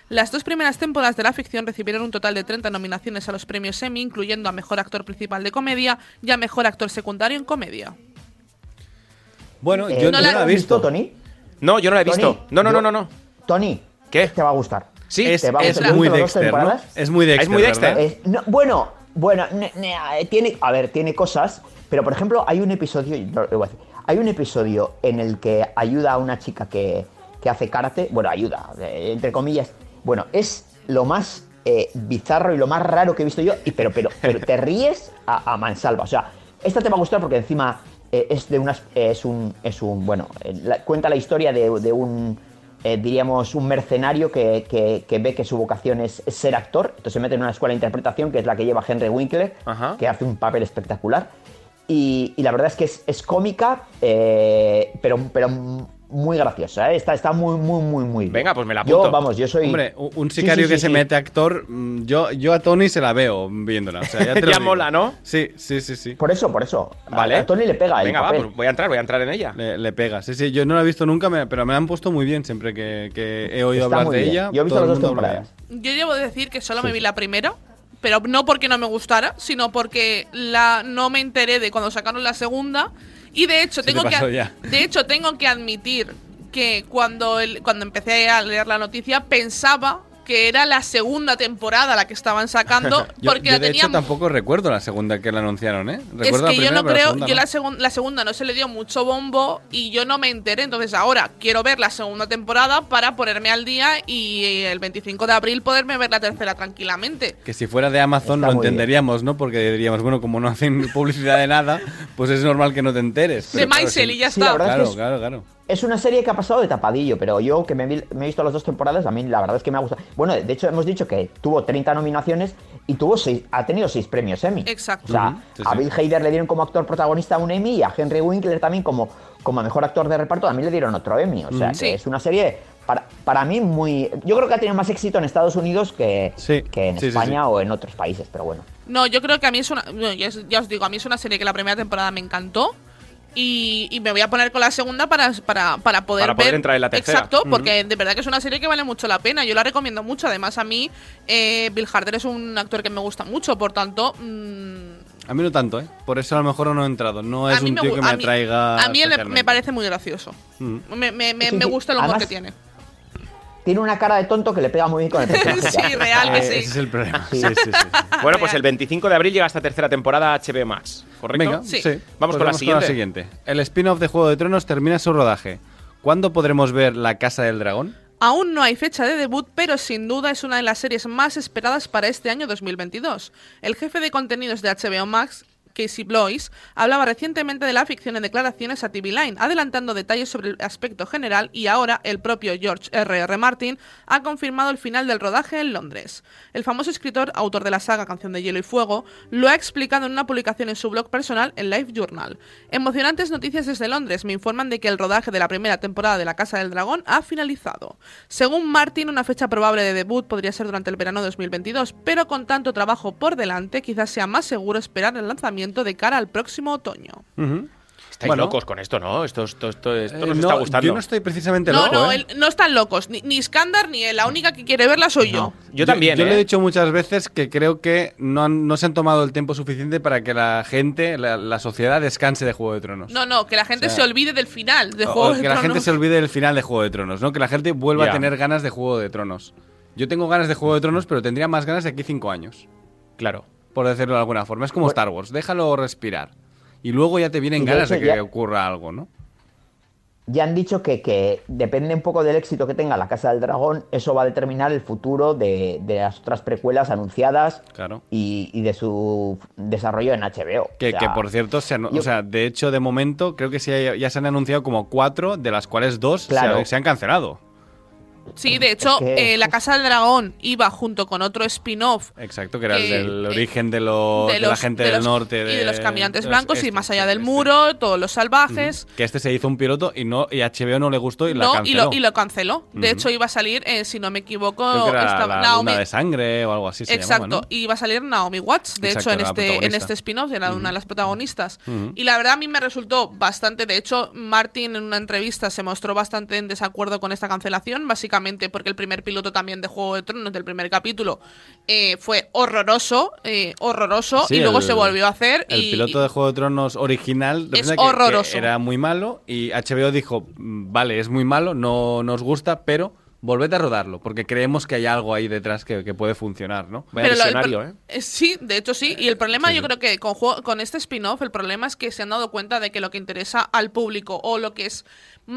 [SPEAKER 3] Las dos primeras temporadas de la ficción recibieron un total de 30 nominaciones a los premios Emmy, incluyendo a Mejor Actor Principal de Comedia y a Mejor Actor Secundario en Comedia.
[SPEAKER 4] Bueno,
[SPEAKER 5] Eh,
[SPEAKER 4] yo
[SPEAKER 5] ¿tú
[SPEAKER 4] no la he visto.
[SPEAKER 5] Tony?
[SPEAKER 2] No, yo no la he visto.
[SPEAKER 5] Tony,
[SPEAKER 2] no, no,
[SPEAKER 5] yo-
[SPEAKER 2] no, no, no.
[SPEAKER 5] Tony,
[SPEAKER 2] ¿Qué?
[SPEAKER 5] te va a gustar.
[SPEAKER 2] Sí,
[SPEAKER 4] Es,
[SPEAKER 5] Te va a
[SPEAKER 4] es
[SPEAKER 5] gustar. Yo he
[SPEAKER 4] muy
[SPEAKER 5] visto las dos
[SPEAKER 4] Dexter, ¿no?
[SPEAKER 5] temporadas.
[SPEAKER 4] Es muy Dexter.
[SPEAKER 2] muy Dexter.
[SPEAKER 4] ¿verdad?
[SPEAKER 5] Este, Es- Eh, no, bueno, bueno, ne- ne- eh, tiene, a ver, tiene cosas, pero por ejemplo, hay un episodio, no, lo voy a decir. hay un episodio en el que ayuda a una chica que, que hace karate, bueno, ayuda, eh, entre comillas, bueno, es lo más eh, bizarro y lo más raro que he visto yo, y, pero, pero, pero te ríes a, a mansalva, o sea, esta te va a gustar porque encima eh, es de unas, eh, es un, es un, bueno, eh, la- cuenta la historia de, de un eh, diríamos, un mercenario que, que- que ve que su vocación es, es ser actor. Entonces se mete en una escuela de interpretación, que es la que lleva Henry Winkler,
[SPEAKER 2] Ajá.
[SPEAKER 5] que hace un papel espectacular. Y, y la verdad es que es, es cómica, eh, pero, pero muy graciosa. ¿eh? Está, está muy, muy, muy, muy bien.
[SPEAKER 2] Venga, pues me la
[SPEAKER 5] Yo,
[SPEAKER 2] apunto.
[SPEAKER 5] vamos, yo soy...
[SPEAKER 4] Hombre, un- un
[SPEAKER 5] Sí,
[SPEAKER 4] sicario
[SPEAKER 5] sí, sí,
[SPEAKER 4] que se
[SPEAKER 5] sí.
[SPEAKER 4] mete actor, mm, yo, yo a Tony se la veo mm, viéndola. O sea, ya te lo
[SPEAKER 2] Ya
[SPEAKER 4] digo.
[SPEAKER 2] mola, ¿no?
[SPEAKER 4] Sí, sí, sí, sí.
[SPEAKER 5] Por eso, por eso. A-
[SPEAKER 2] Vale.
[SPEAKER 5] A Tony le pega el
[SPEAKER 2] Venga, va,
[SPEAKER 5] papel.
[SPEAKER 2] pues voy a entrar, voy a entrar en ella.
[SPEAKER 4] Le, le pega. Sí, sí, yo no la he visto nunca, me- pero me la han puesto muy bien siempre que, que he oído
[SPEAKER 5] Está
[SPEAKER 4] hablar
[SPEAKER 5] muy
[SPEAKER 4] de
[SPEAKER 5] bien.
[SPEAKER 4] ella.
[SPEAKER 5] Yo he visto
[SPEAKER 4] todo
[SPEAKER 5] las
[SPEAKER 4] el
[SPEAKER 5] dos
[SPEAKER 4] mundo habla de
[SPEAKER 5] temporadas.
[SPEAKER 4] ella.
[SPEAKER 3] Yo debo decir que solo me vi la primera, pero no porque no me gustara, sino porque la no me enteré de cuando sacaron la segunda. Y de hecho,
[SPEAKER 4] Se te
[SPEAKER 3] tengo que
[SPEAKER 4] pasó
[SPEAKER 3] ad-
[SPEAKER 4] ya.
[SPEAKER 3] de hecho tengo que admitir que cuando el- cuando empecé a leer la noticia pensaba que era la segunda temporada la que estaban sacando
[SPEAKER 4] Yo,
[SPEAKER 3] porque
[SPEAKER 4] yo,
[SPEAKER 3] la
[SPEAKER 4] de hecho
[SPEAKER 3] tenían
[SPEAKER 4] tampoco recuerdo la segunda que la anunciaron, ¿eh? Recuerdo
[SPEAKER 3] es
[SPEAKER 4] la
[SPEAKER 3] que yo
[SPEAKER 4] primera,
[SPEAKER 3] no
[SPEAKER 4] pero la
[SPEAKER 3] creo,
[SPEAKER 4] segunda
[SPEAKER 3] yo
[SPEAKER 4] no.
[SPEAKER 3] la, segun- la segunda no se le dio mucho bombo y yo no me enteré, entonces ahora quiero ver la segunda temporada para ponerme al día y eh, el 25 de abril poderme ver la tercera tranquilamente.
[SPEAKER 4] Que si fuera de Amazon
[SPEAKER 5] Está
[SPEAKER 4] lo
[SPEAKER 5] muy bien.
[SPEAKER 4] entenderíamos, ¿no? Porque diríamos, bueno, como no hacen publicidad de nada, pues es normal que no te enteres.
[SPEAKER 3] De
[SPEAKER 4] Pero claro,
[SPEAKER 3] Maisel
[SPEAKER 4] sí.
[SPEAKER 3] y ya
[SPEAKER 5] sí,
[SPEAKER 3] está.
[SPEAKER 5] la verdad-
[SPEAKER 4] Claro,
[SPEAKER 5] es-
[SPEAKER 4] claro, claro.
[SPEAKER 5] Es una serie que ha pasado de tapadillo, pero yo que me, vi- me he visto las dos temporadas, a mí la verdad es que me ha gustado. Bueno, de hecho hemos dicho que tuvo 30 nominaciones y tuvo seis, ha tenido seis premios Emmy.
[SPEAKER 3] Exacto.
[SPEAKER 5] O sea,
[SPEAKER 4] Ujú, sí,
[SPEAKER 5] a
[SPEAKER 4] sí.
[SPEAKER 5] Bill Hader le dieron como actor protagonista un Emmy y a Henry Winkler también como, como a mejor actor de reparto, a mí le dieron otro Emmy. O sea, que
[SPEAKER 3] Sí.
[SPEAKER 5] es una serie para, para mí muy... Yo creo que ha tenido más éxito en Estados Unidos que,
[SPEAKER 4] Sí,
[SPEAKER 5] que en
[SPEAKER 4] sí, sí,
[SPEAKER 5] España
[SPEAKER 4] sí.
[SPEAKER 5] o en otros países, pero bueno.
[SPEAKER 3] No, yo creo que a mí es una. bueno, ya, os- ya os digo, a mí es una serie que la primera temporada me encantó. Y, y me voy a poner con la segunda para, para, para poder
[SPEAKER 2] Para poder
[SPEAKER 3] ver-
[SPEAKER 2] entrar en la tercera.
[SPEAKER 3] Exacto, porque de verdad que es una serie que vale mucho la pena. Yo la recomiendo mucho. Además, a mí, eh, Bill Harder es un actor que me gusta mucho. Por tanto, mm,
[SPEAKER 4] A mí no tanto, ¿eh? Por eso a lo mejor no he entrado. No
[SPEAKER 3] a
[SPEAKER 4] es
[SPEAKER 3] mí
[SPEAKER 4] un tío
[SPEAKER 3] gu-
[SPEAKER 4] que me
[SPEAKER 3] a mí-
[SPEAKER 4] atraiga.
[SPEAKER 3] A mí él me- me
[SPEAKER 4] especialmente.
[SPEAKER 3] parece muy gracioso.
[SPEAKER 4] Mm.
[SPEAKER 3] Me, me- me-
[SPEAKER 5] Sí,
[SPEAKER 3] me
[SPEAKER 5] sí.
[SPEAKER 3] gusta el humor
[SPEAKER 5] Además-
[SPEAKER 3] que tiene.
[SPEAKER 5] Tiene una cara de tonto que le pega muy bien con el personaje.
[SPEAKER 3] sí, real que
[SPEAKER 4] Eh, Ese
[SPEAKER 3] sí.
[SPEAKER 4] es el problema.
[SPEAKER 5] Sí.
[SPEAKER 4] Sí, sí, sí. sí.
[SPEAKER 2] Bueno, pues el 25 de abril llega esta tercera temporada HBO Max, ¿correcto?
[SPEAKER 4] Venga,
[SPEAKER 3] Sí.
[SPEAKER 4] sí. Pues
[SPEAKER 2] Vamos con la
[SPEAKER 4] siguiente. El spin-off de Juego de Tronos termina su rodaje. ¿Cuándo podremos ver La Casa del Dragón?
[SPEAKER 3] Aún no hay fecha de debut, pero sin duda es una de las series más esperadas para este año 2022. El jefe de contenidos de HBO Max, Casey Blois, hablaba recientemente de la ficción en declaraciones a TV Line, adelantando detalles sobre el aspecto general y ahora el propio George R.R. Martin ha confirmado el final del rodaje en Londres. El famoso escritor, autor de la saga Canción de Hielo y Fuego, lo ha explicado en una publicación en su blog personal en Life Journal. Emocionantes noticias desde Londres me informan de que el rodaje de la primera temporada de La Casa del Dragón ha finalizado. Según Martin, una fecha probable de debut podría ser durante el verano 2022, pero con tanto trabajo por delante, quizás sea más seguro esperar el lanzamiento de cara al próximo otoño.
[SPEAKER 2] Estáis
[SPEAKER 4] Bueno.
[SPEAKER 2] locos con esto, ¿no? Esto, esto, esto, esto
[SPEAKER 4] Eh,
[SPEAKER 2] nos
[SPEAKER 4] no,
[SPEAKER 2] está gustando.
[SPEAKER 4] Yo no estoy precisamente
[SPEAKER 3] no,
[SPEAKER 4] loco.
[SPEAKER 3] no,
[SPEAKER 4] ¿eh?
[SPEAKER 3] el- no están locos, ni, ni Skandar ni él, la única que quiere verla soy yo.
[SPEAKER 2] Yo también,
[SPEAKER 4] Yo,
[SPEAKER 2] ¿eh?
[SPEAKER 4] le he dicho muchas veces que creo que no, han- no se han tomado el tiempo suficiente para que la gente, la, la sociedad, descanse de Juego de Tronos.
[SPEAKER 3] No, no, que la gente
[SPEAKER 4] O sea,
[SPEAKER 3] se olvide del final de
[SPEAKER 4] O- o
[SPEAKER 3] Juego
[SPEAKER 4] que
[SPEAKER 3] de
[SPEAKER 4] la
[SPEAKER 3] Tronos.
[SPEAKER 4] gente se olvide del final de Juego de Tronos, ¿no? Que la gente vuelva
[SPEAKER 2] Ya.
[SPEAKER 4] a tener ganas de Juego de Tronos. Yo tengo ganas de Juego de Tronos, pero tendría más ganas de aquí cinco años,
[SPEAKER 2] Claro.
[SPEAKER 4] por decirlo de alguna forma. Es como Star Wars, déjalo respirar. Y luego ya te vienen
[SPEAKER 5] Y de
[SPEAKER 4] ganas de
[SPEAKER 5] hecho
[SPEAKER 4] que
[SPEAKER 5] ya-
[SPEAKER 4] ocurra algo, ¿no?
[SPEAKER 5] Ya han dicho que, que depende un poco del éxito que tenga la Casa del Dragón, eso va a determinar el futuro de, de las otras precuelas anunciadas
[SPEAKER 4] Claro.
[SPEAKER 5] y, y de su desarrollo en HBO.
[SPEAKER 4] Que,
[SPEAKER 5] O sea,
[SPEAKER 4] que, por cierto, se anu-
[SPEAKER 5] yo-
[SPEAKER 4] o sea, de hecho, de momento, creo que sí hay- ya se han anunciado como cuatro, de las cuales dos se
[SPEAKER 5] Claro.
[SPEAKER 4] han- se han cancelado.
[SPEAKER 3] Sí, de hecho,
[SPEAKER 5] que-
[SPEAKER 3] eh, La Casa del Dragón iba junto con otro spin-off
[SPEAKER 4] Exacto, que era
[SPEAKER 3] Eh,
[SPEAKER 4] el del
[SPEAKER 3] eh,
[SPEAKER 4] origen de, los, de, Oh, la
[SPEAKER 3] los-
[SPEAKER 4] gente
[SPEAKER 3] de
[SPEAKER 4] del
[SPEAKER 3] los-
[SPEAKER 4] norte.
[SPEAKER 3] y de los caminantes
[SPEAKER 4] de los-
[SPEAKER 3] blancos y
[SPEAKER 4] este,
[SPEAKER 3] más allá
[SPEAKER 4] este,
[SPEAKER 3] del
[SPEAKER 4] este.
[SPEAKER 3] muro, todos los salvajes.
[SPEAKER 4] Que este se hizo un piloto y, no, y HBO no le gustó y la
[SPEAKER 3] no, y
[SPEAKER 4] canceló.
[SPEAKER 3] lo, y lo canceló. De
[SPEAKER 4] Ujú.
[SPEAKER 3] hecho, iba a salir, eh, si no me equivoco,
[SPEAKER 4] Creo que era
[SPEAKER 3] estaba
[SPEAKER 4] la
[SPEAKER 3] Naomi.
[SPEAKER 4] luna de sangre o algo así se
[SPEAKER 3] Exacto,
[SPEAKER 4] llamaba, ¿no?
[SPEAKER 3] y iba a salir Naomi Watts, de
[SPEAKER 4] Exacto,
[SPEAKER 3] hecho, en
[SPEAKER 4] era la
[SPEAKER 3] este, en
[SPEAKER 4] protagonista.
[SPEAKER 3] este spin-off, era una de las protagonistas.
[SPEAKER 4] Ujú.
[SPEAKER 3] Y la verdad a mí me resultó bastante, de hecho, Martin en una entrevista se mostró bastante en desacuerdo con esta cancelación, básicamente porque el primer piloto también de Juego de Tronos, del primer capítulo, eh, fue horroroso, eh, horroroso,
[SPEAKER 4] Sí,
[SPEAKER 3] y luego
[SPEAKER 4] el-
[SPEAKER 3] se volvió a hacer.
[SPEAKER 4] El
[SPEAKER 3] y,
[SPEAKER 4] piloto de Juego de Tronos original
[SPEAKER 3] Es
[SPEAKER 4] resulta que- que
[SPEAKER 3] horroroso.
[SPEAKER 4] era muy malo y HBO dijo, "Mm, vale, es muy malo, no nos gusta, pero volved a rodarlo, porque creemos que hay algo ahí detrás que, que puede funcionar, ¿no?
[SPEAKER 3] Pero lo- el pro- eh, Sí, de hecho sí. Y el problema, yo creo que con, juego- con este spin-off, el problema es que se han dado cuenta de que lo que interesa al público o lo que es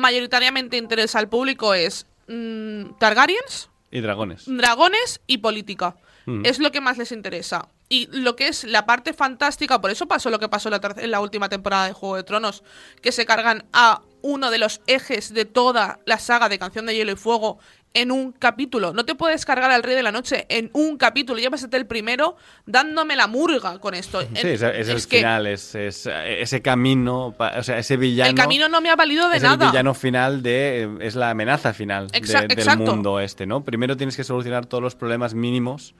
[SPEAKER 3] mayoritariamente interesa al público es mm, Targaryens,
[SPEAKER 4] Y dragones.
[SPEAKER 3] dragones y política.
[SPEAKER 4] Mm.
[SPEAKER 3] Es lo que más les interesa. Y lo que es la parte fantástica, por eso pasó lo que pasó en la, ter- en la última temporada de Juego de Tronos, que se cargan a uno de los ejes de toda la saga de Canción de Hielo y Fuego en un capítulo. No te puedes cargar al Rey de la Noche en un capítulo. Llévasete el primero dándome la murga con esto.
[SPEAKER 4] Sí, es, es el
[SPEAKER 3] que
[SPEAKER 4] final, es, es, eh, ese camino, pa- o sea, ese villano.
[SPEAKER 3] el camino no me ha valido de
[SPEAKER 4] es el
[SPEAKER 3] nada.
[SPEAKER 4] villano final de. eh, Es la amenaza final de-
[SPEAKER 3] Exa-
[SPEAKER 4] del
[SPEAKER 3] exacto.
[SPEAKER 4] mundo este, ¿no? Primero tienes que solucionar todos los problemas mínimos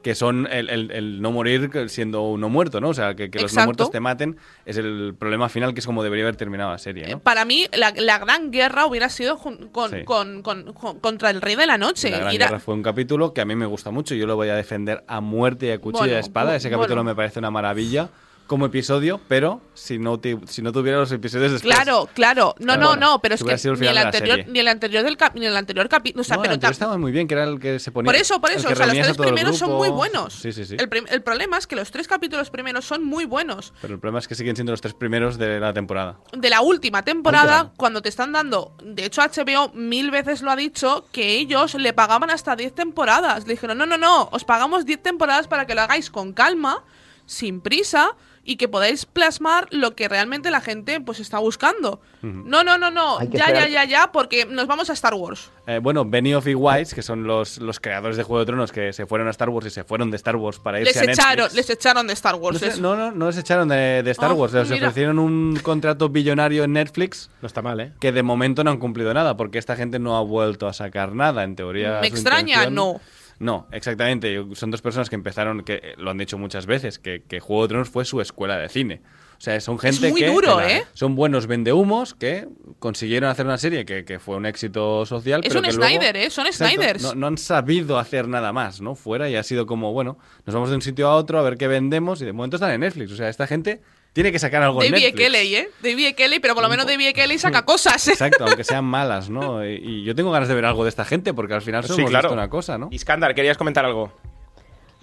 [SPEAKER 4] que son el, el- el no morir siendo uno muerto, ¿no? O sea, que, que los no
[SPEAKER 3] Exacto.
[SPEAKER 4] muertos te maten es el problema final que es como debería haber terminado la serie, ¿no?
[SPEAKER 3] Eh, Para mí, la, la gran guerra hubiera sido jun- con-
[SPEAKER 4] Sí.
[SPEAKER 3] con- con- con- contra el Rey de la Noche.
[SPEAKER 4] la Gran
[SPEAKER 3] Era-
[SPEAKER 4] Guerra fue un capítulo que a mí me gusta mucho. Yo lo voy a defender a muerte y a cuchilla y
[SPEAKER 3] Bueno,
[SPEAKER 4] a espada. Ese
[SPEAKER 3] bu-
[SPEAKER 4] capítulo
[SPEAKER 3] bueno.
[SPEAKER 4] me parece una maravilla como episodio, pero si no, te- si no tuviera los episodios después.
[SPEAKER 3] Claro, claro. No,
[SPEAKER 4] Claro,
[SPEAKER 3] no,
[SPEAKER 4] bueno,
[SPEAKER 3] no, pero es
[SPEAKER 4] si hubiera
[SPEAKER 3] que
[SPEAKER 4] sido el
[SPEAKER 3] ni
[SPEAKER 4] final
[SPEAKER 3] el,
[SPEAKER 4] de la
[SPEAKER 3] anterior,
[SPEAKER 4] serie.
[SPEAKER 3] ni el anterior del cap- ni el anterior capítulo, o sea,
[SPEAKER 4] No, el
[SPEAKER 3] pero
[SPEAKER 4] anterior
[SPEAKER 3] tam-
[SPEAKER 4] estaba muy bien, que era el que se ponía.
[SPEAKER 3] por eso, por
[SPEAKER 4] el
[SPEAKER 3] eso,
[SPEAKER 4] que
[SPEAKER 3] o sea, los
[SPEAKER 4] reunías a
[SPEAKER 3] tres
[SPEAKER 4] todo el
[SPEAKER 3] primeros son
[SPEAKER 4] grupo.
[SPEAKER 3] muy buenos.
[SPEAKER 4] Sí, sí, sí.
[SPEAKER 3] El, prim- el problema es que los tres capítulos primeros son muy buenos.
[SPEAKER 4] Pero el problema es que siguen siendo los tres primeros de la temporada.
[SPEAKER 3] De la última temporada,
[SPEAKER 4] Última.
[SPEAKER 3] cuando te están dando, de hecho HBO mil veces lo ha dicho, que ellos le pagaban hasta 10 temporadas. Le dijeron, no, no, no, os pagamos 10 temporadas para que lo hagáis con calma, sin prisa, y que podáis plasmar lo que realmente la gente pues está buscando. No, no, no, no,
[SPEAKER 4] Hay que
[SPEAKER 3] ya, ya,
[SPEAKER 4] esperar.
[SPEAKER 3] ya, ya, porque nos vamos a Star Wars.
[SPEAKER 4] Eh, bueno, Benioff y Wise, que son los, los creadores de Juego de Tronos que se fueron a Star Wars y se fueron de Star Wars para irse
[SPEAKER 3] les
[SPEAKER 4] a Netflix.
[SPEAKER 3] echaron, les echaron de Star Wars.
[SPEAKER 4] No,
[SPEAKER 3] eso.
[SPEAKER 4] se- no, no, no les echaron de, de Star
[SPEAKER 3] Ah,
[SPEAKER 4] Wars. Les
[SPEAKER 3] mira.
[SPEAKER 4] ofrecieron un contrato billonario en Netflix.
[SPEAKER 2] No está mal, ¿eh?
[SPEAKER 4] Que de momento no han cumplido nada, porque esta gente no ha vuelto a sacar nada, en teoría.
[SPEAKER 3] Me
[SPEAKER 4] su
[SPEAKER 3] extraña,
[SPEAKER 4] intención-
[SPEAKER 3] no.
[SPEAKER 4] No, exactamente. Yo- Son dos personas que empezaron, que eh, lo han dicho muchas veces, que, que Juego de Tronos fue su escuela de cine. O sea, son gente
[SPEAKER 3] muy
[SPEAKER 4] que
[SPEAKER 3] duro,
[SPEAKER 4] que
[SPEAKER 3] ¿eh?
[SPEAKER 4] son buenos vendehumos que consiguieron hacer una serie que, que fue un éxito social.
[SPEAKER 3] Es
[SPEAKER 4] pero
[SPEAKER 3] un
[SPEAKER 4] que
[SPEAKER 3] Snyder,
[SPEAKER 4] luego-
[SPEAKER 3] ¿eh? Son
[SPEAKER 4] Exacto,
[SPEAKER 3] Snyders.
[SPEAKER 4] No, no han sabido hacer nada más, ¿no? Fuera y ha sido como, bueno, nos vamos de un sitio a otro a ver qué vendemos y de momento están en Netflix. O sea, esta gente tiene que sacar algo en
[SPEAKER 3] David E.
[SPEAKER 4] Netflix.
[SPEAKER 3] Kelly, ¿eh? David E. Kelly, pero por lo menos David E. Kelly saca cosas, ¿eh?
[SPEAKER 4] Exacto, aunque sean malas, ¿no? Y, y yo tengo ganas de ver algo de esta gente porque al final
[SPEAKER 2] Sí,
[SPEAKER 4] somos
[SPEAKER 2] claro.
[SPEAKER 4] una cosa, ¿no?
[SPEAKER 2] Iskandar, querías comentar algo.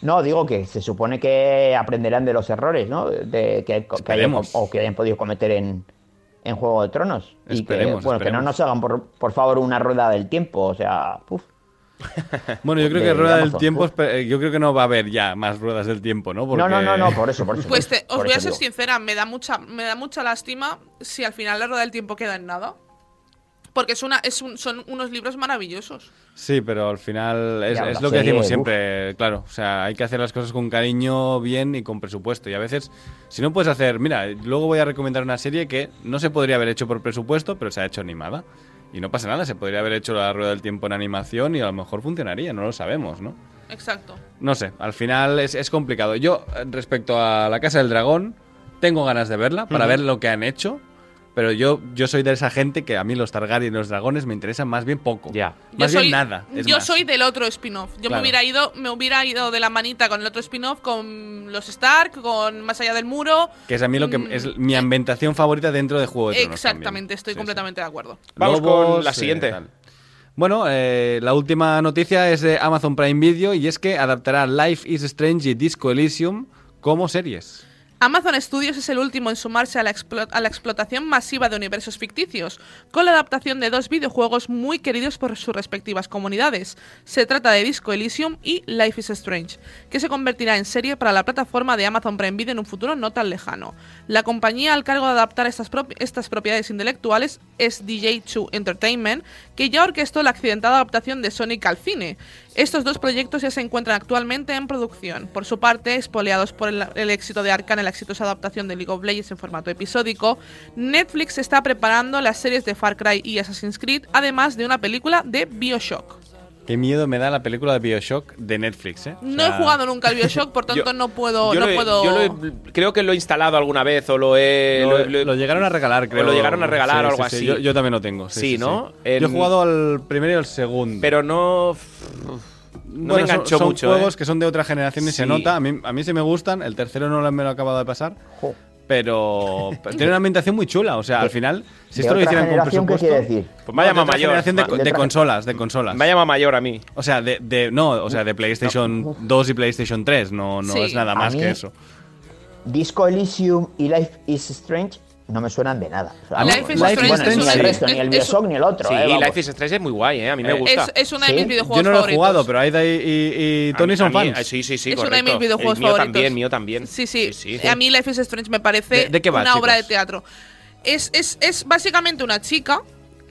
[SPEAKER 5] No, digo que se supone que aprenderán de los errores, ¿no? De, que, que hayan-
[SPEAKER 4] Esperemos.
[SPEAKER 5] o que hayan podido cometer en, en Juego de Tronos. Y que,
[SPEAKER 4] Esperemos,
[SPEAKER 5] bueno, que no
[SPEAKER 4] esperemos.
[SPEAKER 5] nos hagan, por, por favor, una rueda del tiempo. O sea, puf.
[SPEAKER 4] Bueno, yo creo
[SPEAKER 5] de
[SPEAKER 4] que Rueda del
[SPEAKER 5] Amazon.
[SPEAKER 4] Tiempo, espe- eh, yo creo que no va a haber ya más Ruedas del Tiempo, ¿no?
[SPEAKER 5] No, no, no, no, por eso, por eso.
[SPEAKER 3] Pues te- os
[SPEAKER 5] Por
[SPEAKER 3] voy a
[SPEAKER 5] eso
[SPEAKER 3] ser
[SPEAKER 5] digo.
[SPEAKER 3] sincera, me da mucha, me da mucha lástima si al final la rueda del tiempo queda en nada. Porque es una, es un- son unos libros maravillosos.
[SPEAKER 4] Sí, pero al final es,
[SPEAKER 5] Ya,
[SPEAKER 4] es
[SPEAKER 5] la
[SPEAKER 4] lo que
[SPEAKER 5] serie,
[SPEAKER 4] decimos
[SPEAKER 5] uf.
[SPEAKER 4] siempre, claro. O sea, hay que hacer las cosas con cariño, bien y con presupuesto. Y a veces, si no puedes hacer. Mira, luego voy a recomendar una serie que no se podría haber hecho por presupuesto, pero se ha hecho animada. Y no pasa nada, se podría haber hecho la rueda del tiempo en animación y a lo mejor funcionaría, no lo sabemos, ¿no?
[SPEAKER 3] Exacto.
[SPEAKER 4] No sé, al final es, es complicado. Yo, eh, respecto a La Casa del Dragón, tengo ganas de verla para
[SPEAKER 2] Ujú.
[SPEAKER 4] ver lo que han hecho. Pero yo, yo soy de esa gente que a mí los Targaryen y los dragones me interesan más bien poco.
[SPEAKER 2] Ya.
[SPEAKER 4] Más
[SPEAKER 3] yo soy,
[SPEAKER 4] bien nada. es
[SPEAKER 3] yo
[SPEAKER 4] más.
[SPEAKER 3] soy del otro spin-off. Yo me
[SPEAKER 4] Claro.
[SPEAKER 3] hubiera ido, me hubiera ido de la manita con el otro spin-off, con los Stark, con Más allá del muro.
[SPEAKER 4] Que es a mí lo que
[SPEAKER 3] Mm,
[SPEAKER 4] es mi ambientación favorita dentro de Juego de Tronos.
[SPEAKER 3] Exactamente,
[SPEAKER 4] también.
[SPEAKER 3] estoy
[SPEAKER 4] Sí, sí.
[SPEAKER 3] completamente de acuerdo.
[SPEAKER 2] Vamos
[SPEAKER 4] Lobos,
[SPEAKER 2] con la
[SPEAKER 4] eh,
[SPEAKER 2] siguiente.
[SPEAKER 4] tal. bueno, eh, la última noticia es de Amazon Prime Video y es que adaptará Life is Strange y Disco Elysium como series.
[SPEAKER 3] Amazon Studios es el último en sumarse a la, explo- a la explotación masiva de universos ficticios, con la adaptación de dos videojuegos muy queridos por sus respectivas comunidades. Se trata de Disco Elysium y Life is Strange, que se convertirá en serie para la plataforma de Amazon Prime Video en un futuro no tan lejano. La compañía al cargo de adaptar estas, prop- estas propiedades intelectuales es DJ2 Entertainment, que ya orquestó la accidentada adaptación de Sonic al cine. Estos dos proyectos ya se encuentran actualmente en producción. Por su parte, espoleados por el, el éxito de Arkane, la exitosa adaptación de League of Legends en formato episódico, Netflix está preparando las series de Far Cry y Assassin's Creed, además de una película de Bioshock.
[SPEAKER 4] Qué miedo me da la película de Bioshock de Netflix, ¿eh? O
[SPEAKER 3] No he
[SPEAKER 4] sea,
[SPEAKER 3] jugado nunca al Bioshock, por tanto
[SPEAKER 2] Yo-
[SPEAKER 3] no puedo.
[SPEAKER 2] yo
[SPEAKER 3] no
[SPEAKER 2] lo he-
[SPEAKER 3] puedo...
[SPEAKER 2] yo lo he- creo que lo he instalado alguna vez o lo he.
[SPEAKER 4] Lo,
[SPEAKER 2] Eh, lo he-
[SPEAKER 4] lo llegaron a regalar, creo.
[SPEAKER 2] lo llegaron a regalar
[SPEAKER 4] Sí,
[SPEAKER 2] o
[SPEAKER 4] sí,
[SPEAKER 2] algo
[SPEAKER 4] sí,
[SPEAKER 2] así.
[SPEAKER 4] Yo, yo también lo tengo. Sí,
[SPEAKER 2] Sí, ¿no? En-
[SPEAKER 4] Yo he jugado al primero y al segundo.
[SPEAKER 2] Pero no. No me
[SPEAKER 4] Bueno, son-
[SPEAKER 2] enganchó
[SPEAKER 4] son
[SPEAKER 2] mucho.
[SPEAKER 4] juegos
[SPEAKER 2] ¿eh?
[SPEAKER 4] que son de otra generación y se
[SPEAKER 2] Sí.
[SPEAKER 4] nota. A mí, a mí sí me gustan. El tercero no lo- me lo he acabado de pasar.
[SPEAKER 5] Jo.
[SPEAKER 4] Pero pero tiene una ambientación muy chula. O sea, al final, si esto lo
[SPEAKER 5] otra
[SPEAKER 4] hicieran con
[SPEAKER 5] generación, ¿qué
[SPEAKER 4] presupuesto.
[SPEAKER 5] quiere decir?
[SPEAKER 2] Pues me ha
[SPEAKER 4] No, de
[SPEAKER 2] llamado
[SPEAKER 4] otra
[SPEAKER 2] mayor.
[SPEAKER 4] generación
[SPEAKER 2] Ma-
[SPEAKER 4] de, de
[SPEAKER 5] otra-
[SPEAKER 4] consolas, de consolas.
[SPEAKER 2] Me ha llamado mayor a mí.
[SPEAKER 4] O sea, de, de- no, o sea, de PlayStation 2 y PlayStation 3. No, no
[SPEAKER 3] Sí.
[SPEAKER 4] es nada
[SPEAKER 5] A
[SPEAKER 4] más
[SPEAKER 5] mí-
[SPEAKER 4] que eso.
[SPEAKER 5] Disco Elysium y Life is Strange no me suenan de nada. O sea,
[SPEAKER 4] Life
[SPEAKER 5] no-
[SPEAKER 4] is
[SPEAKER 5] no-
[SPEAKER 4] Strange
[SPEAKER 5] bueno,
[SPEAKER 4] es
[SPEAKER 5] ni
[SPEAKER 4] una-
[SPEAKER 5] el resto, ni el
[SPEAKER 3] es-
[SPEAKER 5] Bioshock, ni el otro.
[SPEAKER 2] Sí,
[SPEAKER 5] eh,
[SPEAKER 2] y
[SPEAKER 5] vamos.
[SPEAKER 2] Life is Strange es muy guay, ¿eh? A mí me
[SPEAKER 4] Eh,
[SPEAKER 2] gusta.
[SPEAKER 3] Es, es una de
[SPEAKER 5] Sí.
[SPEAKER 3] mis
[SPEAKER 4] Yo
[SPEAKER 3] videojuegos
[SPEAKER 4] no lo he
[SPEAKER 3] favoritos.
[SPEAKER 4] jugado, pero Aida y, y- y
[SPEAKER 2] A-
[SPEAKER 4] Tony
[SPEAKER 2] a
[SPEAKER 4] son
[SPEAKER 2] mí-
[SPEAKER 4] fans.
[SPEAKER 2] eh, sí, sí, sí,
[SPEAKER 3] es uno
[SPEAKER 2] correcto.
[SPEAKER 3] de mis videojuegos
[SPEAKER 2] el mío
[SPEAKER 3] favoritos.
[SPEAKER 2] también, mío también.
[SPEAKER 3] Sí, sí. Eh,
[SPEAKER 2] sí,
[SPEAKER 3] A mí Life is Strange me parece
[SPEAKER 2] ¿De- de qué va,
[SPEAKER 3] una obra de
[SPEAKER 2] chicos?
[SPEAKER 3] teatro. Es, es, es básicamente una chica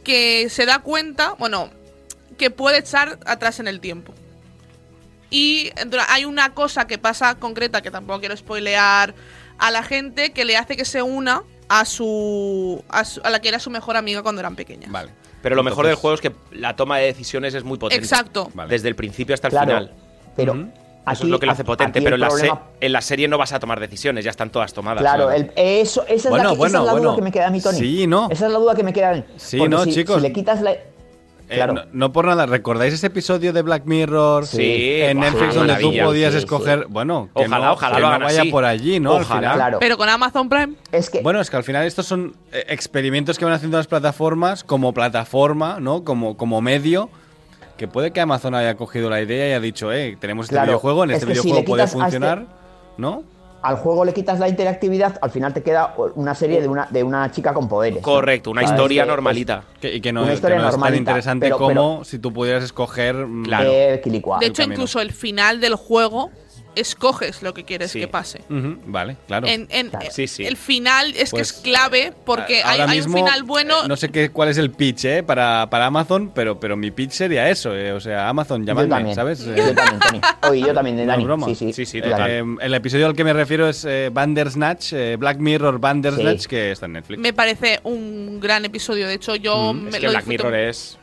[SPEAKER 3] que se da cuenta, bueno, que puede echar atrás en el tiempo. Y dura- hay una cosa que pasa concreta, que tampoco quiero spoilear a la gente, que le hace que se una a su a, su- a la que era su mejor amiga cuando eran pequeñas.
[SPEAKER 4] Vale.
[SPEAKER 2] Pero lo mejor
[SPEAKER 4] Entonces-
[SPEAKER 2] del juego es que la toma de decisiones es muy potente.
[SPEAKER 3] Exacto.
[SPEAKER 4] Vale.
[SPEAKER 2] Desde el principio hasta el
[SPEAKER 5] Claro,
[SPEAKER 2] final.
[SPEAKER 5] pero
[SPEAKER 4] Ujú.
[SPEAKER 5] aquí-
[SPEAKER 2] Eso es lo que lo hace potente,
[SPEAKER 5] aquí
[SPEAKER 2] pero
[SPEAKER 5] el
[SPEAKER 2] en la, se-
[SPEAKER 5] problema-
[SPEAKER 2] en la serie no vas a tomar decisiones, ya están todas tomadas.
[SPEAKER 5] Claro, el- eh, eso, esa es
[SPEAKER 4] Bueno,
[SPEAKER 5] la, que- esa
[SPEAKER 4] bueno,
[SPEAKER 5] es la duda
[SPEAKER 4] bueno.
[SPEAKER 5] que me queda a mí, Tony.
[SPEAKER 4] Sí, no.
[SPEAKER 5] Esa es la duda que me queda a mí.
[SPEAKER 4] Sí,
[SPEAKER 5] Porque
[SPEAKER 4] no,
[SPEAKER 5] si-
[SPEAKER 4] chicos.
[SPEAKER 5] Si le quitas la.
[SPEAKER 4] Eh,
[SPEAKER 5] Claro.
[SPEAKER 4] no, no por nada, ¿recordáis ese episodio de Black Mirror
[SPEAKER 2] Sí,
[SPEAKER 4] en
[SPEAKER 2] guau,
[SPEAKER 4] Netflix
[SPEAKER 5] qué
[SPEAKER 4] donde tú
[SPEAKER 5] maravilla.
[SPEAKER 4] podías
[SPEAKER 5] Sí,
[SPEAKER 4] escoger?
[SPEAKER 5] sí.
[SPEAKER 4] Bueno, que
[SPEAKER 2] Ojalá,
[SPEAKER 4] no,
[SPEAKER 2] ojalá
[SPEAKER 4] que
[SPEAKER 2] lo
[SPEAKER 4] no
[SPEAKER 2] hagan
[SPEAKER 4] vaya
[SPEAKER 2] así.
[SPEAKER 4] por allí, ¿no? Al
[SPEAKER 2] Ojalá.
[SPEAKER 4] final.
[SPEAKER 5] Claro.
[SPEAKER 3] Pero con Amazon Prime.
[SPEAKER 5] Es que.
[SPEAKER 4] Bueno, es que al final estos son eh, experimentos que van haciendo las plataformas como plataforma, ¿no? Como, como medio. Que puede que Amazon haya cogido la idea y ha dicho, eh, tenemos este
[SPEAKER 5] Claro,
[SPEAKER 4] videojuego, en
[SPEAKER 5] es
[SPEAKER 4] este
[SPEAKER 5] que si
[SPEAKER 4] videojuego
[SPEAKER 5] le
[SPEAKER 4] puede
[SPEAKER 5] quitas a este-
[SPEAKER 4] funcionar, ¿no?
[SPEAKER 5] al juego le quitas la interactividad, al final te queda una serie de una, de una chica con poderes. ¿no?
[SPEAKER 2] Correcto, una
[SPEAKER 5] O sea,
[SPEAKER 2] historia
[SPEAKER 5] Ah, es que-
[SPEAKER 2] normalita.
[SPEAKER 4] Que, y que no,
[SPEAKER 5] Una
[SPEAKER 4] que
[SPEAKER 5] historia
[SPEAKER 4] no es tan
[SPEAKER 5] normalita,
[SPEAKER 4] interesante
[SPEAKER 5] pero-
[SPEAKER 4] como si tú pudieras escoger. mm,
[SPEAKER 5] es- eh, quilicua.
[SPEAKER 3] De hecho,
[SPEAKER 4] camino.
[SPEAKER 3] incluso el final del juego escoges lo que quieres
[SPEAKER 2] Sí.
[SPEAKER 3] que pase.
[SPEAKER 4] Ujú, vale, claro.
[SPEAKER 3] En, en- eh,
[SPEAKER 5] Claro.
[SPEAKER 2] Sí, sí.
[SPEAKER 3] El final es
[SPEAKER 4] Pues,
[SPEAKER 3] que es clave porque
[SPEAKER 4] A-
[SPEAKER 3] hay,
[SPEAKER 4] ahora
[SPEAKER 3] hay
[SPEAKER 4] mismo,
[SPEAKER 3] un final bueno.
[SPEAKER 4] eh, No sé qué, cuál es el pitch eh, para, para Amazon, pero, pero mi pitch sería eso. eh, o sea, Amazon,
[SPEAKER 5] Yo
[SPEAKER 4] llamadme,
[SPEAKER 5] también,
[SPEAKER 4] ¿sabes?
[SPEAKER 5] Yo
[SPEAKER 4] Eh,
[SPEAKER 5] también, Tony. Oye, yo también, de
[SPEAKER 4] no es
[SPEAKER 5] Dani.
[SPEAKER 4] broma.
[SPEAKER 5] sí, sí,
[SPEAKER 2] Sí, sí,
[SPEAKER 5] de Dani.
[SPEAKER 2] total.
[SPEAKER 4] eh, el episodio al que me refiero es eh, Bandersnatch, eh, Black Mirror Bandersnatch,
[SPEAKER 5] Sí.
[SPEAKER 4] que está en Netflix.
[SPEAKER 3] Me parece un gran episodio. De hecho, yo me
[SPEAKER 2] Mm, Es que
[SPEAKER 3] lo
[SPEAKER 2] Black
[SPEAKER 3] disfruto.
[SPEAKER 2] Mirror es.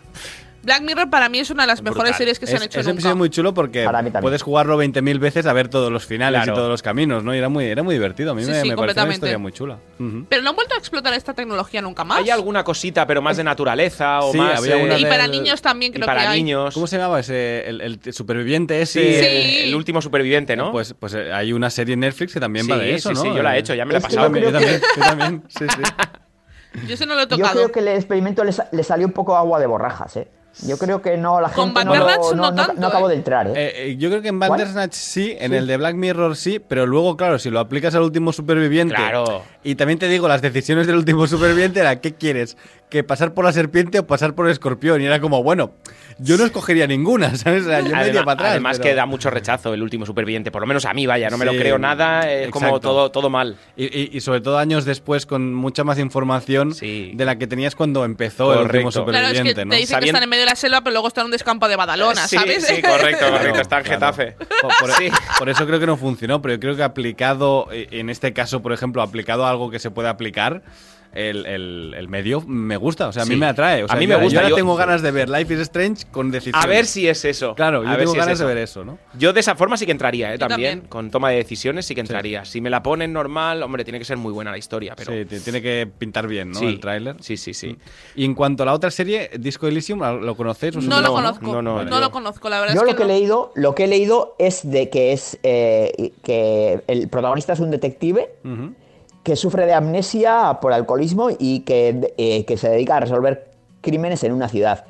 [SPEAKER 3] Black Mirror para mí es una de las
[SPEAKER 2] Brutal.
[SPEAKER 3] mejores series que se
[SPEAKER 4] es,
[SPEAKER 3] han hecho
[SPEAKER 4] es un
[SPEAKER 3] nunca.
[SPEAKER 4] episodio muy chulo porque
[SPEAKER 5] Para mí también.
[SPEAKER 4] puedes jugarlo 20.000 veces a ver todos los finales
[SPEAKER 2] Claro.
[SPEAKER 4] y todos los caminos, ¿no? Y era muy, era muy divertido. A mí
[SPEAKER 3] Sí,
[SPEAKER 4] me,
[SPEAKER 3] sí,
[SPEAKER 4] me pareció una
[SPEAKER 3] completamente.
[SPEAKER 4] historia muy chula. Ujú.
[SPEAKER 3] Pero no han vuelto a explotar esta tecnología nunca más.
[SPEAKER 2] Hay alguna cosita, pero más de naturaleza o
[SPEAKER 4] Sí,
[SPEAKER 2] más. eh,
[SPEAKER 4] había una
[SPEAKER 3] y
[SPEAKER 4] de-
[SPEAKER 3] para
[SPEAKER 4] del-
[SPEAKER 3] niños también
[SPEAKER 2] y
[SPEAKER 3] creo que
[SPEAKER 2] para
[SPEAKER 3] hay.
[SPEAKER 2] niños.
[SPEAKER 4] ¿Cómo se llamaba ese? El, el superviviente
[SPEAKER 2] Sí,
[SPEAKER 4] ese.
[SPEAKER 2] el,
[SPEAKER 3] Sí.
[SPEAKER 2] el último superviviente, Este, ¿no?
[SPEAKER 4] Pues, pues eh, hay una serie en Netflix que también va
[SPEAKER 2] Sí,
[SPEAKER 4] de eso,
[SPEAKER 2] sí,
[SPEAKER 4] ¿no?
[SPEAKER 2] sí, yo la he
[SPEAKER 4] Eh,
[SPEAKER 2] hecho, ya me la he
[SPEAKER 5] Es que
[SPEAKER 4] Yo
[SPEAKER 2] pasado.
[SPEAKER 4] también, ¿Eh? yo también, yo también, sí, sí.
[SPEAKER 3] Yo ese no lo he
[SPEAKER 5] Yo
[SPEAKER 3] tocado.
[SPEAKER 5] creo que el experimento le, sa- le salió un poco agua de borrajas, ¿eh. Yo creo que no, la
[SPEAKER 3] Con
[SPEAKER 5] gente no,
[SPEAKER 3] Bandersnatch no
[SPEAKER 5] lo- no, no,
[SPEAKER 3] tanto,
[SPEAKER 5] no acabo
[SPEAKER 3] eh.
[SPEAKER 5] de entrar, ¿eh?
[SPEAKER 4] Eh, eh, yo creo que en Bandersnatch sí, en el de Black Mirror sí, pero luego, claro, si lo aplicas al último superviviente.
[SPEAKER 2] Claro.
[SPEAKER 4] Y también te digo, las decisiones del último superviviente era: ¿qué quieres? ¿Que pasar por la serpiente o pasar por el escorpión? Y era como, bueno, yo no escogería ninguna, ¿sabes? O sea, yo me iría
[SPEAKER 2] Además,
[SPEAKER 4] para atrás.
[SPEAKER 2] además
[SPEAKER 4] pero-
[SPEAKER 2] que da mucho rechazo el último superviviente, por lo menos a mí, vaya, no me
[SPEAKER 4] Sí,
[SPEAKER 2] lo creo nada, es como
[SPEAKER 4] exacto.
[SPEAKER 2] todo, todo mal.
[SPEAKER 4] Y, y- y sobre todo años después, con mucha más información
[SPEAKER 2] Sí.
[SPEAKER 4] de la que tenías cuando empezó el
[SPEAKER 2] Correcto.
[SPEAKER 4] último
[SPEAKER 3] Claro,
[SPEAKER 4] superviviente,
[SPEAKER 3] es que
[SPEAKER 4] ¿no?
[SPEAKER 3] te dicen que
[SPEAKER 2] Sabiendo-
[SPEAKER 3] están en medio de la selva, pero luego están en un descampo de Badalona,
[SPEAKER 2] sí,
[SPEAKER 3] ¿sabes?
[SPEAKER 2] sí, correcto,
[SPEAKER 4] Claro,
[SPEAKER 2] correcto, está en
[SPEAKER 4] claro.
[SPEAKER 2] Getafe.
[SPEAKER 4] Por, por-
[SPEAKER 2] Sí.
[SPEAKER 4] por eso creo que no funcionó, pero yo creo que aplicado, eh, en este caso, por ejemplo, aplicado a algo que se puede aplicar, el, el- el medio me gusta, o sea, a mí
[SPEAKER 2] Sí.
[SPEAKER 4] me atrae. O
[SPEAKER 2] A
[SPEAKER 4] sea,
[SPEAKER 2] mí
[SPEAKER 4] yo
[SPEAKER 2] me
[SPEAKER 4] ahora-
[SPEAKER 2] gusta,
[SPEAKER 4] Yo ahora
[SPEAKER 2] yo-
[SPEAKER 4] tengo ganas de ver Life is Strange con decisiones.
[SPEAKER 2] A ver si es eso.
[SPEAKER 4] Claro,
[SPEAKER 2] A
[SPEAKER 4] yo
[SPEAKER 2] ver
[SPEAKER 4] tengo
[SPEAKER 2] si es
[SPEAKER 4] ganas
[SPEAKER 2] eso.
[SPEAKER 4] de ver eso, ¿no?
[SPEAKER 2] Yo de esa forma sí que entraría, ¿eh? también,
[SPEAKER 3] también.
[SPEAKER 2] Con toma de decisiones sí que entraría. Si me la ponen normal, hombre, tiene que ser muy buena la historia, pero.
[SPEAKER 4] Sí, te- tiene que pintar bien, ¿no?
[SPEAKER 2] Sí.
[SPEAKER 4] El tráiler. Mm.
[SPEAKER 2] Sí, sí, sí.
[SPEAKER 4] Y en cuanto a la otra serie, Disco Elysium, ¿lo conocéis? ¿Os
[SPEAKER 3] No
[SPEAKER 4] suena?
[SPEAKER 3] lo conozco.
[SPEAKER 2] No,
[SPEAKER 3] No,
[SPEAKER 2] no, yo-
[SPEAKER 3] lo conozco, la verdad
[SPEAKER 5] Yo
[SPEAKER 3] es
[SPEAKER 5] lo
[SPEAKER 3] que,
[SPEAKER 5] que he
[SPEAKER 3] no.
[SPEAKER 5] leído, lo que he leído es de que es eh, que el protagonista es un detective
[SPEAKER 4] Ujú.
[SPEAKER 5] que sufre de amnesia por alcoholismo y que, eh, que se dedica a resolver crímenes en una ciudad.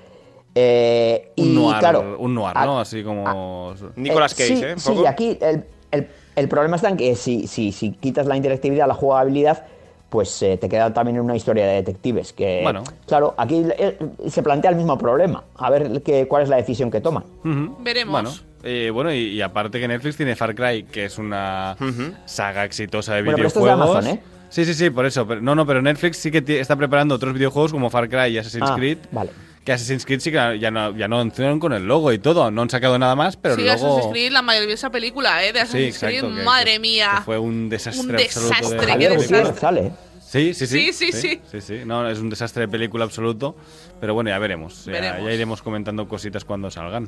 [SPEAKER 5] Eh, y
[SPEAKER 4] Un noir,
[SPEAKER 5] claro,
[SPEAKER 4] un noir,
[SPEAKER 5] a-
[SPEAKER 4] ¿no? Así como...
[SPEAKER 2] Nicolas Cage,
[SPEAKER 5] sí,
[SPEAKER 2] ¿eh? Un
[SPEAKER 5] sí,
[SPEAKER 2] poco.
[SPEAKER 5] y aquí el, el- el problema está en que si, si, si quitas la interactividad, la jugabilidad, pues eh, te queda también una historia de detectives. Que,
[SPEAKER 4] Bueno.
[SPEAKER 5] Claro, aquí eh, se plantea el mismo problema. A ver qué- cuál es la decisión que toman.
[SPEAKER 4] Ujú.
[SPEAKER 3] Veremos.
[SPEAKER 4] Bueno, eh, bueno y, y aparte que Netflix tiene Far Cry, que es una saga exitosa de
[SPEAKER 5] Bueno, pero esto es de
[SPEAKER 4] videojuegos.
[SPEAKER 5] Amazon, ¿eh?
[SPEAKER 4] Sí, sí, sí, por eso. Pero, no, no, pero Netflix sí que ti- está preparando otros videojuegos como Far Cry y Assassin's
[SPEAKER 5] Ah,
[SPEAKER 4] Creed.
[SPEAKER 5] vale.
[SPEAKER 4] Que Assassin's Creed sí que ya no, ya no anunciaron con el logo y todo. No han sacado nada más, pero
[SPEAKER 3] sí,
[SPEAKER 4] el logo.
[SPEAKER 3] Assassin's Creed, la maravillosa película, ¿eh? De
[SPEAKER 4] Sí,
[SPEAKER 3] Assassin's
[SPEAKER 4] exacto,
[SPEAKER 3] Creed,
[SPEAKER 4] que-
[SPEAKER 3] madre
[SPEAKER 4] que-
[SPEAKER 3] mía.
[SPEAKER 4] que fue un desastre
[SPEAKER 3] Un
[SPEAKER 4] absoluto de-
[SPEAKER 3] desastre,
[SPEAKER 5] Javier
[SPEAKER 3] qué
[SPEAKER 5] Gutiérrez
[SPEAKER 3] desastre.
[SPEAKER 5] sale, ¿eh?
[SPEAKER 4] Sí, sí, sí.
[SPEAKER 3] Sí, sí, sí.
[SPEAKER 4] Sí, sí. No, es un desastre de película absoluto. Pero bueno, ya veremos. Ya-
[SPEAKER 3] Veremos.
[SPEAKER 4] ya iremos comentando cositas cuando salgan.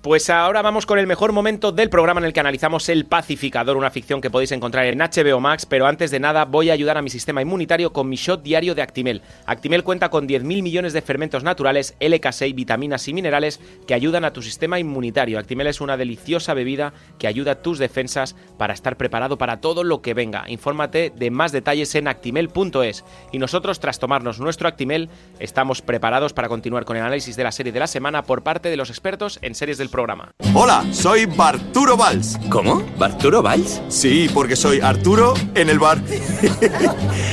[SPEAKER 2] Pues ahora vamos con el mejor momento del programa en el que analizamos El Pacificador, una ficción que podéis encontrar en HBO Max, pero antes de nada voy a ayudar a mi sistema inmunitario con mi shot diario de Actimel. Actimel cuenta con 10.000 millones de fermentos naturales, LK6, vitaminas y minerales que ayudan a tu sistema inmunitario. Actimel es una deliciosa bebida que ayuda a tus defensas para estar preparado para todo lo que venga. Infórmate de más detalles en actimel.es. Y nosotros, tras tomarnos nuestro Actimel, estamos preparados para continuar con el análisis de la serie de la semana por parte de los expertos en series del programa.
[SPEAKER 6] Hola, soy Barturo Valls. ¿Cómo? ¿Barturo Valls? Sí, porque soy Arturo en el bar.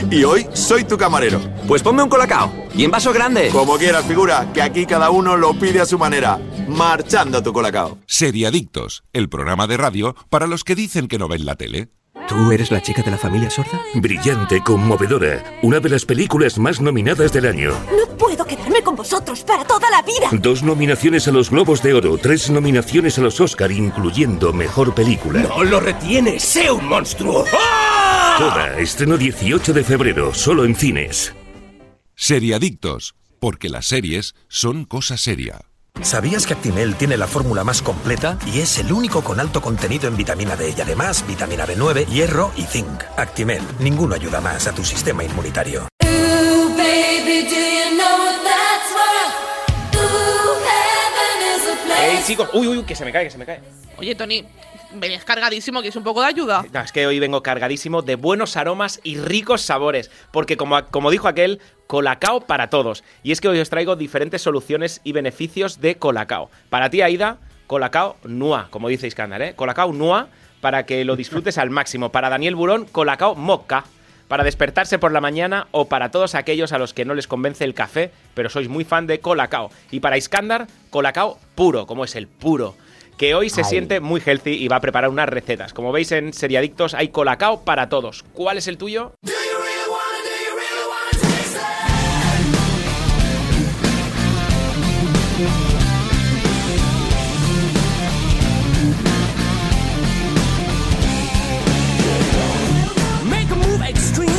[SPEAKER 6] y hoy soy tu camarero. Pues ponme un colacao. Y en vaso grande. Como quieras, figura, que aquí cada uno lo pide a su manera. Marchando tu colacao.
[SPEAKER 1] Seriadictos, el programa de radio para los que dicen que no ven la tele.
[SPEAKER 8] ¿Tú eres la chica de la familia sorda? Brillante, conmovedora. Una de las películas más nominadas del año.
[SPEAKER 9] No puedo quedarme con vosotros para toda la vida.
[SPEAKER 8] Dos nominaciones a los Globos de Oro, tres nominaciones a los Oscar, incluyendo Mejor Película.
[SPEAKER 7] ¡No lo retienes! ¡Sé un monstruo! ¡Ah!
[SPEAKER 8] Toda, estreno 18 de febrero, solo en cines.
[SPEAKER 1] Seriadictos, porque las series son cosa seria.
[SPEAKER 10] ¿Sabías que Actimel tiene la fórmula más completa y es el único con alto contenido en vitamina D y además vitamina B9, hierro y zinc? Actimel, ninguno ayuda más a tu sistema inmunitario.
[SPEAKER 11] Ooh, baby, do you know what that's worth? Ooh, heaven is a
[SPEAKER 2] ¡Ey,
[SPEAKER 11] place.
[SPEAKER 2] chicos! ¡Uy, uy, uy! Que se me cae, que se me cae.
[SPEAKER 3] Oye, Tony, venías cargadísimo, ¿quieres un poco de ayuda?
[SPEAKER 2] No, es que hoy vengo cargadísimo de buenos aromas y ricos sabores, porque como, como dijo aquel, Colacao para todos. Y es que hoy os traigo diferentes soluciones y beneficios de Colacao. Para ti, Aida, Colacao Nua, como dice Iskandar, ¿eh? Colacao Nua para que lo disfrutes al máximo. Para Daniel Burón, Colacao Mocca. Para despertarse por la mañana o para todos aquellos a los que no les convence el café, pero sois muy fan de Colacao. Y para Iskandar, Colacao puro, como es el puro que hoy se
[SPEAKER 12] Ay.
[SPEAKER 2] siente muy healthy y va a preparar unas recetas. Como veis en Seriadictos hay colacao para todos. ¿Cuál es el tuyo?
[SPEAKER 11] Make a move extreme.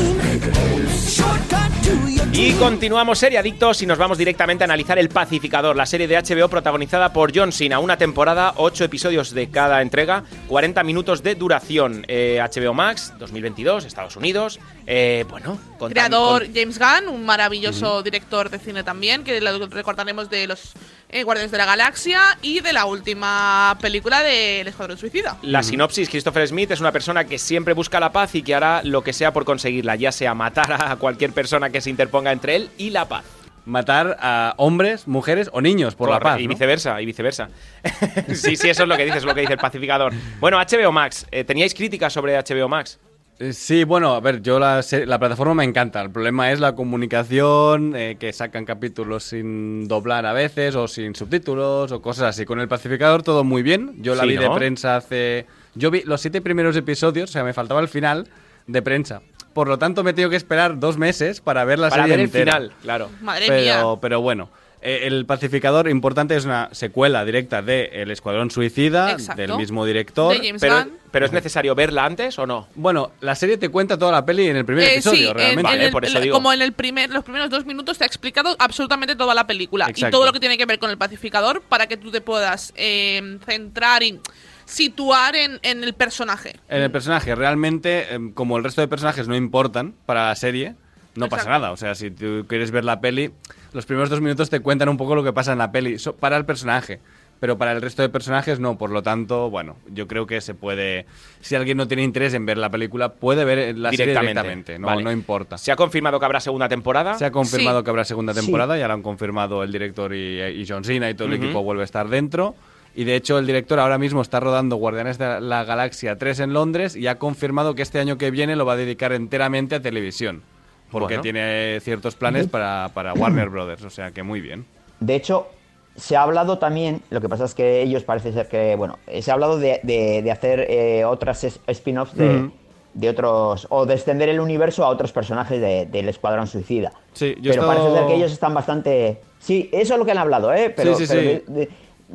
[SPEAKER 11] Shortcut to your
[SPEAKER 2] Y continuamos Seriadictos y nos vamos directamente a analizar El Pacificador, la serie de HBO protagonizada por John Cena. Una temporada, 8 episodios de cada entrega, 40 minutos de duración. Eh, HBO Max, 2022, Estados Unidos. Eh, bueno, con tan-
[SPEAKER 3] Creador James Gunn, un maravilloso director de cine también, que lo recordaremos de los eh, Guardianes de la Galaxia y de la última película del Escuadrón Suicida.
[SPEAKER 2] La sinopsis, Christopher Smith es una persona que siempre busca la paz y que hará lo que sea por conseguirla, ya sea matar a cualquier persona que se interponga entre él y la paz.
[SPEAKER 4] Matar a hombres, mujeres o niños por la
[SPEAKER 2] Corre-
[SPEAKER 4] paz.
[SPEAKER 2] Y
[SPEAKER 4] ¿no?
[SPEAKER 2] viceversa, y viceversa. sí, sí, eso es lo que dice, es lo que dice el pacificador. Bueno, HBO Max, eh, ¿teníais críticas sobre HBO Max?
[SPEAKER 4] Eh, Sí, bueno, a ver, yo la, se- la plataforma me encanta. El problema es la comunicación, eh, que sacan capítulos sin doblar a veces o sin subtítulos o cosas así. Con el pacificador todo muy bien. Yo la
[SPEAKER 2] Sí,
[SPEAKER 4] vi
[SPEAKER 2] ¿no?
[SPEAKER 4] de prensa hace... Yo vi los siete primeros episodios, o sea, me faltaba el final de prensa. Por lo tanto, me tengo que esperar dos meses para ver la
[SPEAKER 2] Para
[SPEAKER 4] serie
[SPEAKER 2] ver el
[SPEAKER 4] entera.
[SPEAKER 2] final, claro.
[SPEAKER 3] Madre
[SPEAKER 4] pero,
[SPEAKER 3] mía.
[SPEAKER 4] Pero bueno, eh, El Pacificador, importante, es una secuela directa de El Escuadrón Suicida,
[SPEAKER 2] Exacto.
[SPEAKER 4] del mismo director.
[SPEAKER 3] De James
[SPEAKER 2] Pero,
[SPEAKER 3] Gunn.
[SPEAKER 2] pero es necesario verla antes o no?
[SPEAKER 4] Bueno, la serie te cuenta toda la peli en el primer
[SPEAKER 3] Eh,
[SPEAKER 4] episodio,
[SPEAKER 3] en-
[SPEAKER 4] realmente.
[SPEAKER 3] en el- el- Como en el primer, los primeros dos minutos te ha explicado absolutamente toda la película y
[SPEAKER 4] Exacto.
[SPEAKER 3] todo lo que tiene que ver con el pacificador para que tú te puedas eh, centrar y situar en, en el personaje.
[SPEAKER 4] En el personaje, realmente, em, como el resto de personajes no importan para la serie, no pasa
[SPEAKER 3] Exacto.
[SPEAKER 4] nada. O sea, si tú quieres ver la peli, los primeros dos minutos te cuentan un poco lo que pasa en la peli so- para el personaje. Pero para el resto de personajes no, por lo tanto, bueno, yo creo que se puede. Si alguien no tiene interés en ver la película, puede ver la serie directamente, no,
[SPEAKER 2] Vale.
[SPEAKER 4] no importa.
[SPEAKER 2] ¿Se ha confirmado que habrá segunda temporada?
[SPEAKER 4] Se ha confirmado que habrá segunda
[SPEAKER 2] Sí.
[SPEAKER 4] temporada, ya lo han confirmado el director y, eh, y John Cena y todo el
[SPEAKER 2] Ujú.
[SPEAKER 4] equipo vuelve a estar dentro. Y de hecho el director ahora mismo está rodando Guardianes de la Galaxia 3 en Londres y ha confirmado que este año que viene lo va a dedicar enteramente a televisión. Porque
[SPEAKER 5] Bueno.
[SPEAKER 4] tiene ciertos planes para, para Warner Brothers, o sea que muy bien.
[SPEAKER 5] De hecho, se ha hablado también, lo que pasa es que ellos parece ser que, bueno, eh, se ha hablado de, de- de hacer eh, otras es- spin-offs de,
[SPEAKER 4] Ujú.
[SPEAKER 5] de otros, o de extender el universo a otros personajes de- del Escuadrón Suicida.
[SPEAKER 4] Sí, yo he
[SPEAKER 5] pero parece
[SPEAKER 4] estado-
[SPEAKER 5] ser que ellos están bastante... Sí, eso es lo que han hablado, ¿eh? Pero,
[SPEAKER 4] Sí, sí,
[SPEAKER 5] pero
[SPEAKER 4] sí.
[SPEAKER 5] de- de-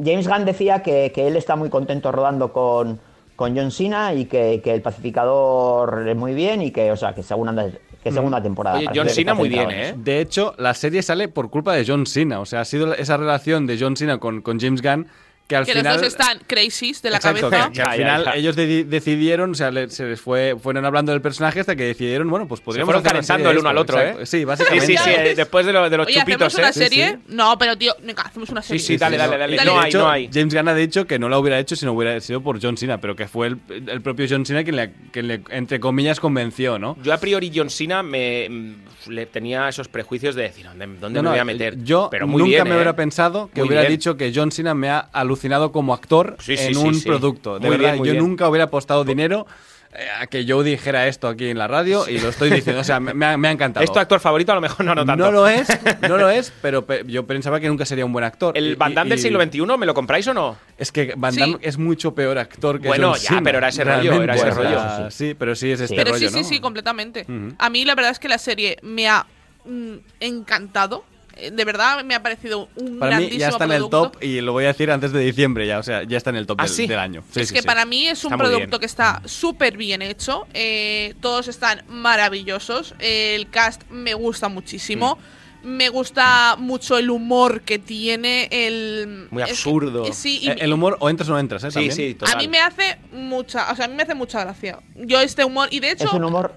[SPEAKER 5] James Gunn decía que, que él está muy contento rodando con, con John Cena y que, que el pacificador es muy bien y que, o sea, que según anda, que segunda temporada. parece que está centrado en eso.
[SPEAKER 4] De hecho, la serie sale por culpa de John Cena. O sea, ha sido esa relación de John Cena con, con James Gunn que al
[SPEAKER 3] que
[SPEAKER 4] final.
[SPEAKER 3] los dos están crazies de la
[SPEAKER 4] Exacto,
[SPEAKER 3] cabeza.
[SPEAKER 4] que- que al final ellos de- decidieron, o sea, le- se les fue, fueron hablando del personaje hasta que decidieron, bueno, pues podríamos.
[SPEAKER 2] fueron
[SPEAKER 4] hacer una
[SPEAKER 2] calentando
[SPEAKER 4] serie
[SPEAKER 2] el
[SPEAKER 4] de
[SPEAKER 2] uno al
[SPEAKER 4] esto,
[SPEAKER 2] otro,
[SPEAKER 4] exacto.
[SPEAKER 2] ¿eh?
[SPEAKER 4] Sí, básicamente.
[SPEAKER 2] Sí, sí, sí, eh, después de, lo- de los
[SPEAKER 3] Oye,
[SPEAKER 2] chupitos,
[SPEAKER 3] ¿hacemos una
[SPEAKER 2] ¿eh?
[SPEAKER 3] serie? No, pero tío, venga, hacemos una
[SPEAKER 2] Sí,
[SPEAKER 3] serie.
[SPEAKER 2] sí, dale, dale, dale.
[SPEAKER 4] De
[SPEAKER 2] No hay,
[SPEAKER 4] hecho,
[SPEAKER 2] no hay.
[SPEAKER 4] James Gunn ha dicho que no la hubiera hecho si no hubiera sido por John Cena, pero que fue el, el propio John Cena quien le, quien le, entre comillas, convenció, ¿no?
[SPEAKER 2] Yo a priori John Cena me, mm, le tenía esos prejuicios de decir, ¿dónde, dónde
[SPEAKER 4] No,
[SPEAKER 2] me
[SPEAKER 4] no,
[SPEAKER 2] voy a meter?
[SPEAKER 4] Yo
[SPEAKER 2] Pero muy
[SPEAKER 4] nunca
[SPEAKER 2] bien,
[SPEAKER 4] me
[SPEAKER 2] ¿eh?
[SPEAKER 4] hubiera pensado que
[SPEAKER 2] Muy
[SPEAKER 4] hubiera
[SPEAKER 2] bien.
[SPEAKER 4] dicho que John Cena me ha alucinado como actor
[SPEAKER 2] Sí, sí,
[SPEAKER 4] en
[SPEAKER 2] sí,
[SPEAKER 4] un
[SPEAKER 2] sí.
[SPEAKER 4] producto. De
[SPEAKER 2] Muy
[SPEAKER 4] verdad,
[SPEAKER 2] bien, muy
[SPEAKER 4] yo
[SPEAKER 2] bien.
[SPEAKER 4] nunca hubiera apostado dinero eh, a que yo dijera esto aquí en la radio y lo estoy diciendo. O sea, me, me ha, me ha encantado.
[SPEAKER 2] ¿Es tu actor favorito? A lo mejor no, no tanto.
[SPEAKER 4] no lo es, no lo es, pero pe- yo pensaba que nunca sería un buen actor.
[SPEAKER 2] ¿El Van Damme del siglo XXI me lo compráis o no?
[SPEAKER 4] Es que Van Damme es mucho peor actor que
[SPEAKER 2] Bueno,
[SPEAKER 4] John
[SPEAKER 2] ya,
[SPEAKER 4] Cena,
[SPEAKER 2] pero era ese rollo, era ese
[SPEAKER 4] realmente. O sea,
[SPEAKER 2] rollo.
[SPEAKER 4] Sí, pero sí es este
[SPEAKER 3] Pero
[SPEAKER 4] rollo,
[SPEAKER 3] sí, sí,
[SPEAKER 4] ¿no?
[SPEAKER 3] sí, completamente.
[SPEAKER 4] Ujú.
[SPEAKER 3] A mí la verdad es que la serie me ha mm, encantado. Eh, De verdad me ha parecido un
[SPEAKER 4] Para mí
[SPEAKER 3] grandísimo
[SPEAKER 4] ya está en el
[SPEAKER 3] producto.
[SPEAKER 4] top y lo voy a decir antes de diciembre ya, o sea, ya está en el top
[SPEAKER 2] ¿Ah,
[SPEAKER 4] del,
[SPEAKER 2] sí?
[SPEAKER 4] del año. Sí,
[SPEAKER 3] es
[SPEAKER 4] sí,
[SPEAKER 3] que
[SPEAKER 4] sí.
[SPEAKER 3] para mí es un
[SPEAKER 4] Está muy bien.
[SPEAKER 3] producto que está súper bien hecho. eh, todos están maravillosos. El cast me gusta muchísimo.
[SPEAKER 4] Mm.
[SPEAKER 3] Me gusta mucho el humor que tiene. El,
[SPEAKER 4] Muy
[SPEAKER 3] es que-
[SPEAKER 4] absurdo.
[SPEAKER 3] sí, y
[SPEAKER 4] Eh, el humor o entras o no entras, ¿eh? También.
[SPEAKER 3] a mí me hace mucha, o sea, a mí me hace mucha gracia. Yo este humor y de hecho
[SPEAKER 5] Es un humor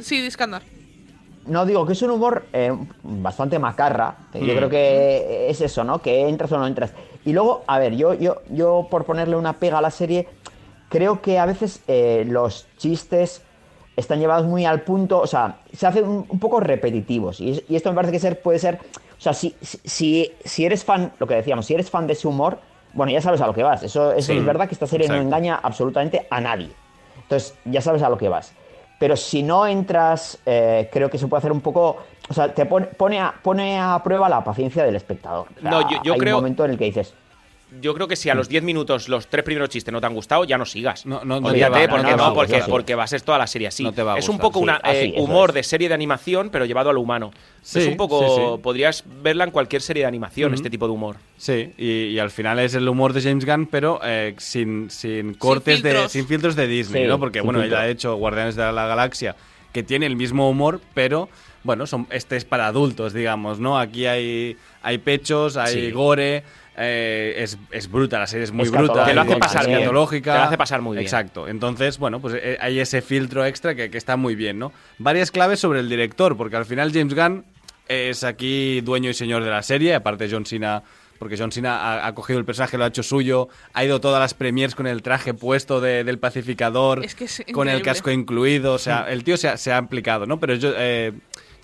[SPEAKER 3] sí, Discandar.
[SPEAKER 5] No, digo que es un humor eh, bastante macarra. Eh, Yo
[SPEAKER 3] Mm.
[SPEAKER 5] creo que es eso, ¿no? Que entras o no entras. Y luego, a ver, yo, yo, yo por ponerle una pega a la serie, creo que a veces eh, los chistes están llevados muy al punto, o sea, se hacen un, un poco repetitivos. Y, es- y esto me parece que ser, puede ser, o sea, si, si, si eres fan, lo que decíamos, si eres fan de su humor, bueno, ya sabes a lo que vas. Eso, eso
[SPEAKER 12] Sí,
[SPEAKER 5] es verdad que esta serie
[SPEAKER 12] exacto.
[SPEAKER 5] no engaña absolutamente a nadie. Entonces, ya sabes a lo que vas. Pero si no entras, eh, creo que se puede hacer un poco. O sea, te pone, pone, a, pone a prueba la paciencia del espectador. O sea,
[SPEAKER 2] No, yo- yo
[SPEAKER 5] hay
[SPEAKER 2] creo-
[SPEAKER 5] un momento en el que dices.
[SPEAKER 2] Yo creo que si a los 10 minutos los tres primeros chistes no te han gustado, ya no sigas.
[SPEAKER 4] No, no, no
[SPEAKER 2] Olvídate,
[SPEAKER 4] te va-
[SPEAKER 2] porque
[SPEAKER 4] no, no,
[SPEAKER 2] no,
[SPEAKER 4] sí,
[SPEAKER 2] porque,
[SPEAKER 4] sí.
[SPEAKER 2] porque va a ser toda la serie así.
[SPEAKER 4] No te va a
[SPEAKER 2] es un
[SPEAKER 4] gustar,
[SPEAKER 2] poco
[SPEAKER 4] sí.
[SPEAKER 2] una,
[SPEAKER 4] Así,
[SPEAKER 2] eh,
[SPEAKER 4] eso
[SPEAKER 2] humor
[SPEAKER 4] es.
[SPEAKER 2] de serie de animación, pero llevado a lo humano.
[SPEAKER 4] Sí,
[SPEAKER 2] es un poco.
[SPEAKER 4] sí, sí.
[SPEAKER 2] Podrías verla en cualquier serie de animación,
[SPEAKER 4] Ujú.
[SPEAKER 2] este tipo de humor.
[SPEAKER 4] Sí, y, y al final es el humor de James Gunn, pero eh, sin, sin cortes de
[SPEAKER 2] filtros.
[SPEAKER 4] sin filtros de Disney,
[SPEAKER 2] Sí,
[SPEAKER 4] ¿no? Porque
[SPEAKER 2] sin
[SPEAKER 4] bueno,
[SPEAKER 2] filtro.
[SPEAKER 4] él ha hecho Guardianes de la Galaxia, que tiene el mismo humor, pero bueno, son este es para adultos, digamos, ¿no? Aquí hay hay pechos, hay
[SPEAKER 2] Sí.
[SPEAKER 4] gore, eh, es, es bruta, la serie es muy bruta,
[SPEAKER 2] Escatológica Te lo hace
[SPEAKER 4] es
[SPEAKER 2] pasar bien.
[SPEAKER 4] escatológica.
[SPEAKER 2] Te lo hace pasar muy bien.
[SPEAKER 4] Exacto. Entonces, bueno, pues eh, hay ese filtro extra que, que está muy bien, ¿no? Varias claves sobre el director, porque al final James Gunn es aquí dueño y señor de la serie, aparte John Cena, porque John Cena ha, ha cogido el personaje, lo ha hecho suyo, ha ido a todas las premiers con el traje puesto de- del pacificador,
[SPEAKER 3] Es que es
[SPEAKER 4] con el
[SPEAKER 3] increíble.
[SPEAKER 4] casco incluido, o sea, el tío se ha, se ha implicado, ¿no? Pero yo, eh,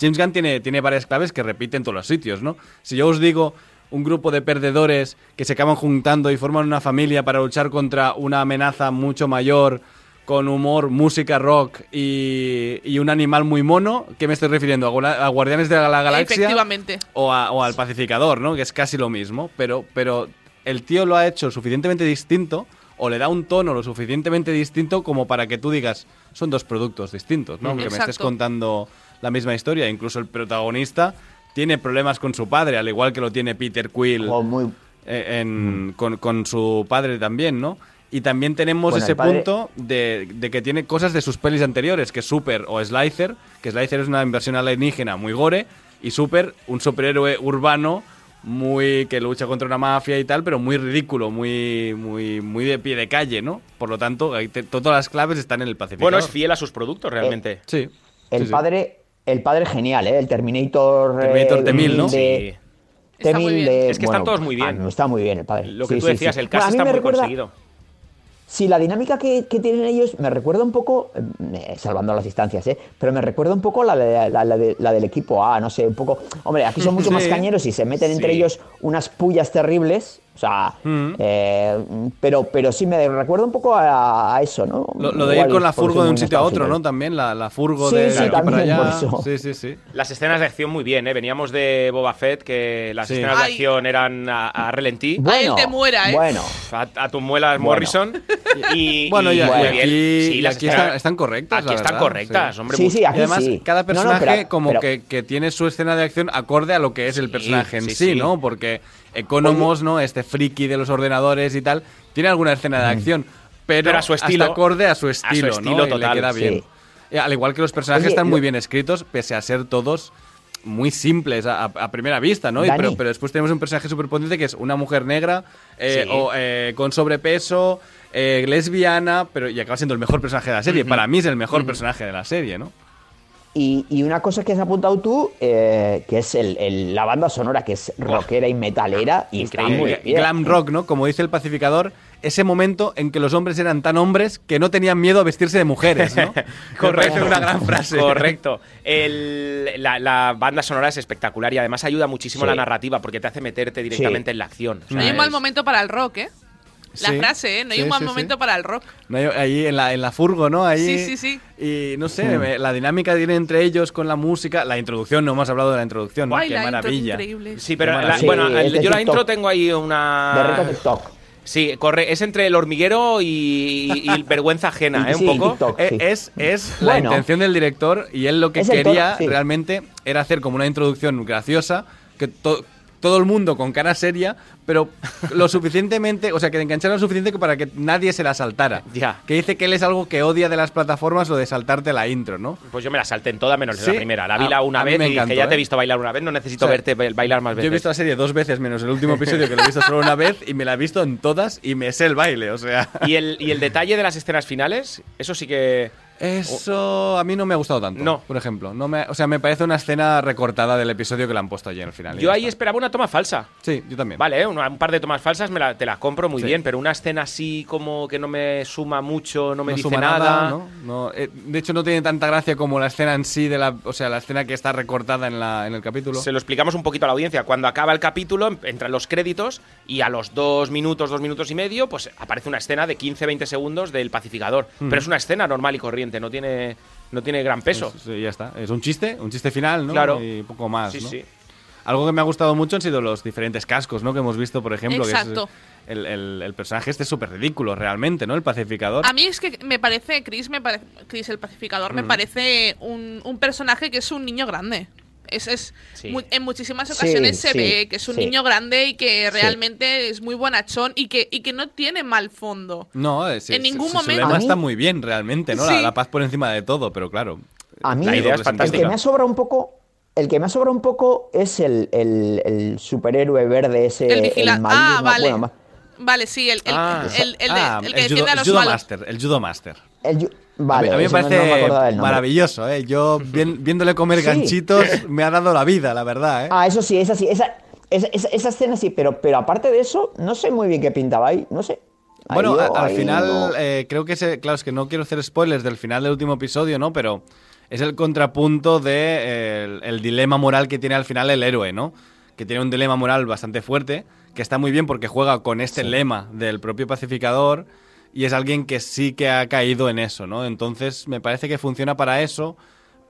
[SPEAKER 4] James Gunn tiene, tiene varias claves que repite en todos los sitios, ¿no? Si yo os digo un grupo de perdedores que se acaban juntando y forman una familia para luchar contra una amenaza mucho mayor, con humor, música rock y, y un animal muy mono, ¿qué me estoy refiriendo? ¿A, Gula- a Guardianes de la Galaxia?
[SPEAKER 3] Efectivamente.
[SPEAKER 4] O, a- o al pacificador, ¿no? Que es casi lo mismo, pero, pero el tío lo ha hecho suficientemente distinto o le da un tono lo suficientemente distinto como para que tú digas, son dos productos distintos,
[SPEAKER 2] Ujú.
[SPEAKER 4] ¿no? Aunque me
[SPEAKER 2] Exacto.
[SPEAKER 4] estés contando la misma historia, incluso el protagonista tiene problemas con su padre, al igual que lo tiene Peter Quill
[SPEAKER 5] "Oh,
[SPEAKER 4] eh, en- con, con su padre también, ¿no? Y también tenemos
[SPEAKER 5] Bueno, el
[SPEAKER 4] ese
[SPEAKER 5] padre-
[SPEAKER 4] punto de, de que tiene cosas de sus pelis anteriores, que es Super o Slicer, que Slicer es una inversión alienígena muy gore, y Super, un superhéroe urbano muy que lucha contra una mafia y tal, pero muy ridículo, muy muy muy de pie de calle, ¿no? Por lo tanto, ahí te- todas las claves están en el Pacífico.
[SPEAKER 2] Bueno, es fiel a sus productos realmente.
[SPEAKER 4] sí.
[SPEAKER 5] El
[SPEAKER 4] Sí, sí.
[SPEAKER 5] padre. El padre genial, ¿eh? El Terminator. eh,
[SPEAKER 4] Terminator T-1000, ¿no?
[SPEAKER 5] de-
[SPEAKER 2] Está muy
[SPEAKER 5] T-1000
[SPEAKER 2] bien.
[SPEAKER 5] de-
[SPEAKER 2] Es que están
[SPEAKER 5] bueno,
[SPEAKER 2] todos muy
[SPEAKER 5] a mí
[SPEAKER 2] bien.
[SPEAKER 5] me Está muy bien el padre.
[SPEAKER 2] Lo que
[SPEAKER 5] Sí,
[SPEAKER 2] tú
[SPEAKER 5] sí,
[SPEAKER 2] decías,
[SPEAKER 5] sí.
[SPEAKER 2] el
[SPEAKER 5] Bueno,
[SPEAKER 2] cast
[SPEAKER 5] a mí
[SPEAKER 2] está
[SPEAKER 5] me
[SPEAKER 2] muy
[SPEAKER 5] recuerda-
[SPEAKER 2] conseguido.
[SPEAKER 5] Sí, la dinámica que, que tienen ellos me recuerda un poco, eh, salvando las distancias, ¿eh? pero me recuerda un poco la, de- la- la de- la del equipo A, no sé, un poco. Hombre, aquí son mucho más
[SPEAKER 12] Sí.
[SPEAKER 5] cañeros y se meten entre
[SPEAKER 12] Sí.
[SPEAKER 5] ellos unas pullas terribles, o sea,
[SPEAKER 4] Mm.
[SPEAKER 5] eh, pero, pero sí me recuerda un poco a, a eso, ¿no?
[SPEAKER 4] Lo, lo de ir
[SPEAKER 5] Igual
[SPEAKER 4] con la
[SPEAKER 5] es por
[SPEAKER 4] furgo
[SPEAKER 5] ser
[SPEAKER 4] de un
[SPEAKER 5] muy
[SPEAKER 4] sitio a otro,
[SPEAKER 5] nostálgico.
[SPEAKER 4] ¿no? También la, la furgo
[SPEAKER 5] Sí,
[SPEAKER 4] de,
[SPEAKER 5] sí,
[SPEAKER 4] de aquí para
[SPEAKER 5] también,
[SPEAKER 4] allá.
[SPEAKER 5] por eso.
[SPEAKER 4] Sí, sí, sí.
[SPEAKER 2] Las escenas de acción muy bien, ¿eh? Veníamos de Boba Fett, que las
[SPEAKER 4] Sí.
[SPEAKER 2] escenas de
[SPEAKER 3] Ay.
[SPEAKER 2] acción eran a, a relentí.
[SPEAKER 3] Bueno, Ay, te muera, ¿eh? bueno.
[SPEAKER 2] A, a tus muelas, Morrison. Y,
[SPEAKER 4] Bueno, y,
[SPEAKER 2] y-
[SPEAKER 4] y
[SPEAKER 2] muy
[SPEAKER 4] aquí,
[SPEAKER 2] bien. Sí,
[SPEAKER 4] y
[SPEAKER 2] las
[SPEAKER 4] aquí
[SPEAKER 2] escenas-
[SPEAKER 4] están, están correctas.
[SPEAKER 2] Aquí
[SPEAKER 4] la
[SPEAKER 2] están
[SPEAKER 4] verdad,
[SPEAKER 2] correctas, hombre.
[SPEAKER 5] Sí, sí,
[SPEAKER 4] Y
[SPEAKER 5] aquí
[SPEAKER 4] pues, además,
[SPEAKER 5] sí.
[SPEAKER 4] cada
[SPEAKER 5] No, no,
[SPEAKER 4] personaje
[SPEAKER 5] pero-
[SPEAKER 4] como
[SPEAKER 5] pero-
[SPEAKER 4] Que, que tiene su escena de acción acorde a lo que es el personaje en
[SPEAKER 2] sí,
[SPEAKER 4] sí,
[SPEAKER 2] sí.
[SPEAKER 4] ¿no? Porque Economos, ¿no? Este friki de los ordenadores y tal, tiene alguna escena de acción, pero,
[SPEAKER 2] Pero a su
[SPEAKER 4] hasta
[SPEAKER 2] estilo.
[SPEAKER 4] acorde a su
[SPEAKER 2] A su
[SPEAKER 4] estilo,
[SPEAKER 2] estilo
[SPEAKER 4] ¿no? Y le
[SPEAKER 2] total,
[SPEAKER 4] queda
[SPEAKER 2] sí.
[SPEAKER 4] bien. eh, al igual que los personajes
[SPEAKER 5] Oye,
[SPEAKER 4] están
[SPEAKER 5] lo-
[SPEAKER 4] muy bien escritos, pese a ser todos muy simples a, a- a primera vista, ¿no? Y
[SPEAKER 5] Dani.
[SPEAKER 4] pero, pero después tenemos un personaje superpotente que es una mujer negra eh,
[SPEAKER 5] Sí.
[SPEAKER 4] o, eh, con sobrepeso, eh, lesbiana, pero y acaba siendo el mejor personaje de la serie.
[SPEAKER 5] Ujú.
[SPEAKER 4] Para mí es el mejor personaje de la serie, ¿no?
[SPEAKER 5] Y, y una cosa que has apuntado tú, eh, que es el- el- la banda sonora, que es rockera y metalera, y está muy
[SPEAKER 4] Increíble.
[SPEAKER 5] bien.
[SPEAKER 4] Glam rock, ¿no? Como dice el pacificador, ese momento en que los hombres eran tan hombres que no tenían miedo a vestirse de mujeres, ¿no?
[SPEAKER 2] Correcto,
[SPEAKER 4] una gran frase.
[SPEAKER 2] Correcto. El- la, la banda sonora es espectacular y además ayuda muchísimo
[SPEAKER 4] Sí.
[SPEAKER 2] la narrativa porque te hace meterte directamente en la acción. O sea,
[SPEAKER 3] No hay un
[SPEAKER 2] es-
[SPEAKER 3] mal momento para el rock, ¿eh? La
[SPEAKER 4] Sí,
[SPEAKER 3] frase, ¿eh? No hay
[SPEAKER 4] sí,
[SPEAKER 3] un mal
[SPEAKER 4] sí, sí.
[SPEAKER 3] momento para el rock.
[SPEAKER 4] No, yo- ahí en la, en la furgo, ¿no? Ahí,
[SPEAKER 3] Sí, sí, sí.
[SPEAKER 4] Y no sé, me- la dinámica que tiene entre ellos con la música, la introducción, no hemos hablado de la introducción, ¿no?
[SPEAKER 2] Ay,
[SPEAKER 4] Qué
[SPEAKER 2] la intro,
[SPEAKER 4] maravilla.
[SPEAKER 2] increíble. Sí, pero
[SPEAKER 4] Qué
[SPEAKER 2] la-
[SPEAKER 4] maravilla.
[SPEAKER 2] bueno, el- yo la
[SPEAKER 4] TikTok.
[SPEAKER 2] intro tengo ahí una.
[SPEAKER 4] De reto
[SPEAKER 2] Sí, corre. Es entre el hormiguero y, y- y vergüenza ajena, ¿eh? Un poco.
[SPEAKER 4] Eh, Es, es
[SPEAKER 2] Bueno.
[SPEAKER 4] la intención del director y él lo que
[SPEAKER 2] Es el
[SPEAKER 4] quería
[SPEAKER 2] tono, sí.
[SPEAKER 4] realmente era hacer como una introducción graciosa, que to- todo el mundo con cara seria, pero lo suficientemente, o sea, que enganchara lo suficiente que para que nadie se la saltara.
[SPEAKER 2] Ya.
[SPEAKER 4] Que dice que él es algo que odia de las plataformas, lo de saltarte la intro, ¿no?
[SPEAKER 2] Pues yo me la salté en toda menos
[SPEAKER 4] Sí.
[SPEAKER 2] la primera. La vi
[SPEAKER 4] A-
[SPEAKER 2] la una
[SPEAKER 4] a mí
[SPEAKER 2] vez
[SPEAKER 4] me
[SPEAKER 2] y dije,
[SPEAKER 4] encantó,
[SPEAKER 2] ya te he
[SPEAKER 4] ¿eh?
[SPEAKER 2] visto bailar una vez, no necesito
[SPEAKER 4] O sea,
[SPEAKER 2] verte ba- bailar más veces.
[SPEAKER 4] Yo he visto la serie dos veces, menos el último episodio que lo he visto solo una vez, y me la he visto en todas y me sé el baile, o sea.
[SPEAKER 2] ¿Y el, y el detalle de las escenas finales, eso sí que.
[SPEAKER 4] Eso a mí no me ha gustado tanto. No. Por ejemplo, no me, o sea, me parece una escena recortada del episodio que le han puesto allí al final.
[SPEAKER 2] Yo ahí esperaba una toma falsa.
[SPEAKER 4] Sí, yo también.
[SPEAKER 2] Vale, ¿eh? un, un par de tomas falsas me la- te las compro muy
[SPEAKER 4] Sí.
[SPEAKER 2] bien, pero una escena así como que no me suma mucho, no me dice
[SPEAKER 4] suma
[SPEAKER 2] nada.
[SPEAKER 4] ¿no? No, eh, de hecho, no tiene tanta gracia como la escena en sí, de la, o sea, la escena que está recortada en, la, en el capítulo.
[SPEAKER 2] Se lo explicamos un poquito a la audiencia. Cuando acaba el capítulo, em- entran los créditos y a los dos minutos, dos minutos y medio, pues aparece una escena de 15-20 segundos del pacificador.
[SPEAKER 4] Ujú.
[SPEAKER 2] Pero es una escena normal y corriente, no tiene, no tiene gran peso.
[SPEAKER 4] Es- sí, ya está. Es un chiste, un chiste final, ¿no?
[SPEAKER 2] Claro.
[SPEAKER 4] Y poco más,
[SPEAKER 2] Sí,
[SPEAKER 4] ¿no?
[SPEAKER 2] sí.
[SPEAKER 4] Algo que me ha gustado mucho han sido los diferentes cascos, ¿no? Que hemos visto, por ejemplo. que es-
[SPEAKER 3] Exacto.
[SPEAKER 4] el, el- el personaje este es súper ridículo, realmente, ¿no? El pacificador.
[SPEAKER 3] A mí es que me parece, Chris, me parece, Chris el pacificador, me
[SPEAKER 4] Mm.
[SPEAKER 3] parece un, un personaje que es un niño grande. Es, es
[SPEAKER 4] Sí.
[SPEAKER 3] mu- en muchísimas
[SPEAKER 12] Sí,
[SPEAKER 3] ocasiones se
[SPEAKER 12] sí,
[SPEAKER 3] ve que es un
[SPEAKER 4] sí.
[SPEAKER 3] niño grande y que
[SPEAKER 4] Sí.
[SPEAKER 3] realmente es muy bonachón y que, y que no tiene mal fondo.
[SPEAKER 4] No, eh, es,
[SPEAKER 3] En
[SPEAKER 4] es-
[SPEAKER 3] ningún
[SPEAKER 4] su
[SPEAKER 3] momento-
[SPEAKER 4] lema
[SPEAKER 3] A mí-
[SPEAKER 4] está muy bien, realmente, ¿no? La,
[SPEAKER 3] Sí.
[SPEAKER 4] la paz por encima de todo, pero claro.
[SPEAKER 5] A mí,
[SPEAKER 4] la idea es
[SPEAKER 5] el que
[SPEAKER 4] fantástica.
[SPEAKER 5] me ha sobrado un poco, el que me ha sobrado un poco es el, el- el superhéroe verde ese,
[SPEAKER 3] El vigila-
[SPEAKER 5] maligno,
[SPEAKER 3] Ah, vale.
[SPEAKER 5] bueno, Eh, ma-
[SPEAKER 3] Vale, sí, el, el,
[SPEAKER 4] Ah.
[SPEAKER 3] el, el de-
[SPEAKER 4] Ah,
[SPEAKER 3] el que
[SPEAKER 4] judo,
[SPEAKER 3] defiende a
[SPEAKER 4] el
[SPEAKER 3] los
[SPEAKER 4] judo
[SPEAKER 3] malos.
[SPEAKER 4] master, el judo master.
[SPEAKER 5] el yu- vale,
[SPEAKER 4] a mí me
[SPEAKER 5] eso no- no
[SPEAKER 4] parece
[SPEAKER 5] acordaba del nombre.
[SPEAKER 4] maravilloso, ¿eh? Yo bien- viéndole comer
[SPEAKER 5] Sí.
[SPEAKER 4] ganchitos me ha dado la vida, la verdad, ¿eh?
[SPEAKER 5] Ah, eso sí, esa sí, esa, esa, esa- esa escena sí, pero, pero aparte de eso, no sé muy bien qué pintaba ahí, no sé. Ahí
[SPEAKER 4] Bueno,
[SPEAKER 5] yo-
[SPEAKER 4] a- al
[SPEAKER 5] ahí
[SPEAKER 4] final,
[SPEAKER 5] no-
[SPEAKER 4] eh, creo que se, claro, es que no quiero hacer spoilers del final del último episodio, ¿no? Pero es el contrapunto de eh, el, el dilema moral que tiene al final el héroe, ¿no? Que tiene un dilema moral bastante fuerte, que está muy bien porque juega con este lema del propio pacificador y es alguien que sí que ha caído en eso, ¿no? Entonces me parece que funciona para eso,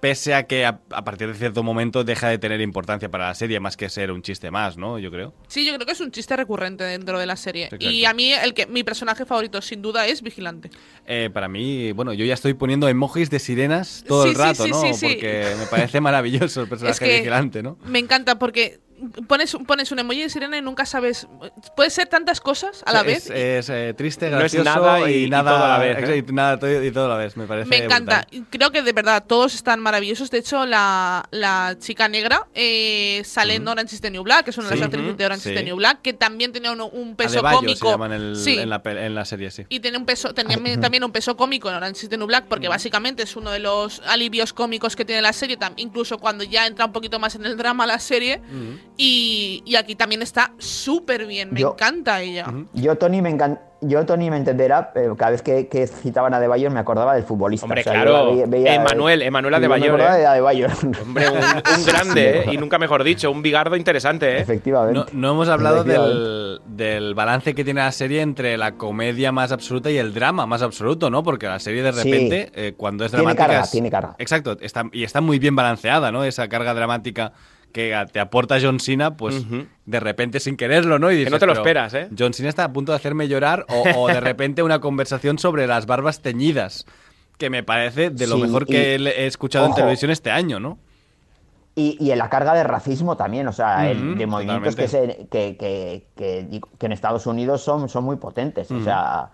[SPEAKER 4] pese a que a, a partir de cierto momento deja de tener importancia para la serie, más que ser un chiste más, ¿no? Yo creo.
[SPEAKER 3] Sí, yo creo que es un chiste recurrente dentro de la serie.
[SPEAKER 4] Sí,
[SPEAKER 3] Y
[SPEAKER 4] claro.
[SPEAKER 3] a mí el que mi personaje favorito sin duda es Vigilante.
[SPEAKER 4] Eh, para mí, bueno, yo ya estoy poniendo emojis de sirenas todo
[SPEAKER 3] Sí,
[SPEAKER 4] el
[SPEAKER 3] sí,
[SPEAKER 4] rato,
[SPEAKER 3] sí,
[SPEAKER 4] ¿no?
[SPEAKER 3] sí, sí.
[SPEAKER 4] Porque me parece maravilloso el personaje
[SPEAKER 3] que-
[SPEAKER 4] vigilante, ¿no?
[SPEAKER 3] Me encanta porque pones, pones un emoji de sirena y nunca sabes. Puede ser tantas cosas a la
[SPEAKER 4] O sea, es-
[SPEAKER 3] vez.
[SPEAKER 4] Es, eh, triste,
[SPEAKER 2] No es
[SPEAKER 4] gracioso
[SPEAKER 2] nada y-
[SPEAKER 4] y,
[SPEAKER 2] y
[SPEAKER 4] nada
[SPEAKER 2] todo a la vez, ¿eh?
[SPEAKER 4] y nada, todo- y todo a la vez, me parece.
[SPEAKER 3] Me encanta.
[SPEAKER 4] brutal.
[SPEAKER 3] Y Creo que de verdad todos están maravillosos. De hecho, la, la chica negra eh, sale en Orange is the New Black, que es una de
[SPEAKER 4] Sí.
[SPEAKER 3] las actrices de Orange
[SPEAKER 4] Sí.
[SPEAKER 3] is the New Black, que también tenía un, un peso
[SPEAKER 4] Adebayo
[SPEAKER 3] cómico.
[SPEAKER 4] se llama en, el-
[SPEAKER 3] Sí.
[SPEAKER 4] en la, pel- en la serie, sí.
[SPEAKER 3] Y tenía un peso, tenía también un peso cómico en Orange is the New Black, porque básicamente es uno de los alivios cómicos que tiene la serie, tam- incluso cuando ya entra un poquito más en el drama la serie. Y, y aquí también está súper bien, me
[SPEAKER 5] Yo-
[SPEAKER 3] encanta ella.
[SPEAKER 5] Yo, Tony, me encan- Yo, Tony, me entenderá, pero cada vez que, que citaban a De Bayor me acordaba del futbolista.
[SPEAKER 2] Hombre,
[SPEAKER 5] o sea, yo
[SPEAKER 2] claro.
[SPEAKER 5] la veía- veía- eh,
[SPEAKER 2] Emanuel, Emanuel
[SPEAKER 5] yo me
[SPEAKER 2] Adebayor,
[SPEAKER 5] acordaba
[SPEAKER 2] ¿eh?
[SPEAKER 5] de Adebayor.
[SPEAKER 2] Hombre, un, un grande, ¿eh? y nunca mejor dicho, un bigardo interesante, ¿eh?
[SPEAKER 5] Efectivamente.
[SPEAKER 4] No, no hemos hablado
[SPEAKER 5] ¿eh?
[SPEAKER 4] del, del balance que tiene la serie entre la comedia más absoluta y el drama más absoluto, ¿no? Porque la serie de
[SPEAKER 5] Sí.
[SPEAKER 4] repente, eh, cuando es
[SPEAKER 5] Tiene
[SPEAKER 4] dramática.
[SPEAKER 5] carga,
[SPEAKER 4] es-
[SPEAKER 5] tiene carga.
[SPEAKER 4] Exacto, está, y está muy bien balanceada, ¿no? Esa carga dramática que a- te aporta John Cena, pues de repente sin quererlo, ¿no? Y dices,
[SPEAKER 2] no te lo
[SPEAKER 4] "Pero
[SPEAKER 2] esperas, ¿eh?".
[SPEAKER 4] John Cena está a punto de hacerme llorar o, o de repente una conversación sobre las barbas teñidas, que me parece de lo
[SPEAKER 5] Sí,
[SPEAKER 4] mejor
[SPEAKER 5] y-
[SPEAKER 4] que le- he escuchado en
[SPEAKER 5] ojo.
[SPEAKER 4] televisión este año, ¿no?
[SPEAKER 5] Y, y en la carga de racismo también, o sea, el-
[SPEAKER 4] Ujú,
[SPEAKER 5] de movimientos que, se, que, que, que, que en Estados Unidos son, son muy potentes. O sea,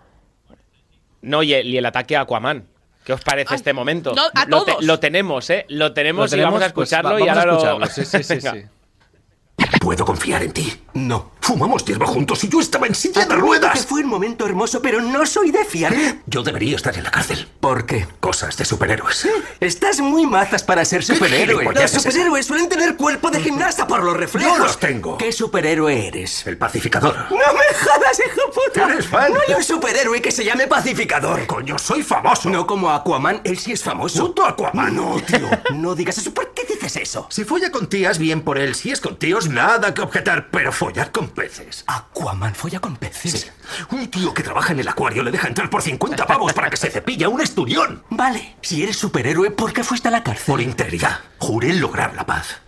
[SPEAKER 2] No, y el, y el ataque a Aquaman. ¿Qué os parece este momento?
[SPEAKER 3] no, a
[SPEAKER 2] lo, te-
[SPEAKER 3] todos.
[SPEAKER 2] lo tenemos, ¿eh? Lo tenemos,
[SPEAKER 4] Lo
[SPEAKER 2] y vamos a
[SPEAKER 4] tenemos, pues,
[SPEAKER 2] escucharlo
[SPEAKER 4] va-
[SPEAKER 2] y
[SPEAKER 4] vamos a
[SPEAKER 2] ahora lo-
[SPEAKER 4] escucharlo, sí, sí, sí,
[SPEAKER 2] Venga.
[SPEAKER 4] sí.
[SPEAKER 7] ¿Puedo confiar en ti? No. Fumamos hierba juntos y yo estaba en silla de
[SPEAKER 12] Que
[SPEAKER 7] ruedas.
[SPEAKER 12] fue un momento hermoso, pero no soy de fiar.
[SPEAKER 7] Yo debería estar en la cárcel. ¿Por qué? Cosas de superhéroes.
[SPEAKER 12] Estás muy mazas para ser
[SPEAKER 7] ¿Qué
[SPEAKER 12] superhéroe.
[SPEAKER 7] gilipollas
[SPEAKER 12] Los
[SPEAKER 7] es ese?
[SPEAKER 12] superhéroes suelen tener cuerpo de gimnasta por los reflejos.
[SPEAKER 7] Yo los tengo.
[SPEAKER 12] ¿Qué superhéroe eres?
[SPEAKER 7] El pacificador.
[SPEAKER 12] ¡No me jodas, hijo puta!
[SPEAKER 7] Eres fan.
[SPEAKER 12] No hay un superhéroe que se llame pacificador.
[SPEAKER 7] Coño, soy famoso.
[SPEAKER 12] No como Aquaman, él sí es famoso.
[SPEAKER 7] Puto Aquaman.
[SPEAKER 12] No, tío. No digas eso. ¿Por qué dices eso?
[SPEAKER 7] Si folla con tías, bien por él. Si es con tíos, nada que objetar. Pero follar con peces.
[SPEAKER 12] Aquaman folla con peces.
[SPEAKER 7] Sí. Un tío que trabaja en el acuario le deja entrar por 50 pavos para que se cepilla un esturión.
[SPEAKER 12] Vale, si eres superhéroe, ¿por qué fuiste a la cárcel?
[SPEAKER 7] Por integridad. Juré lograr la paz.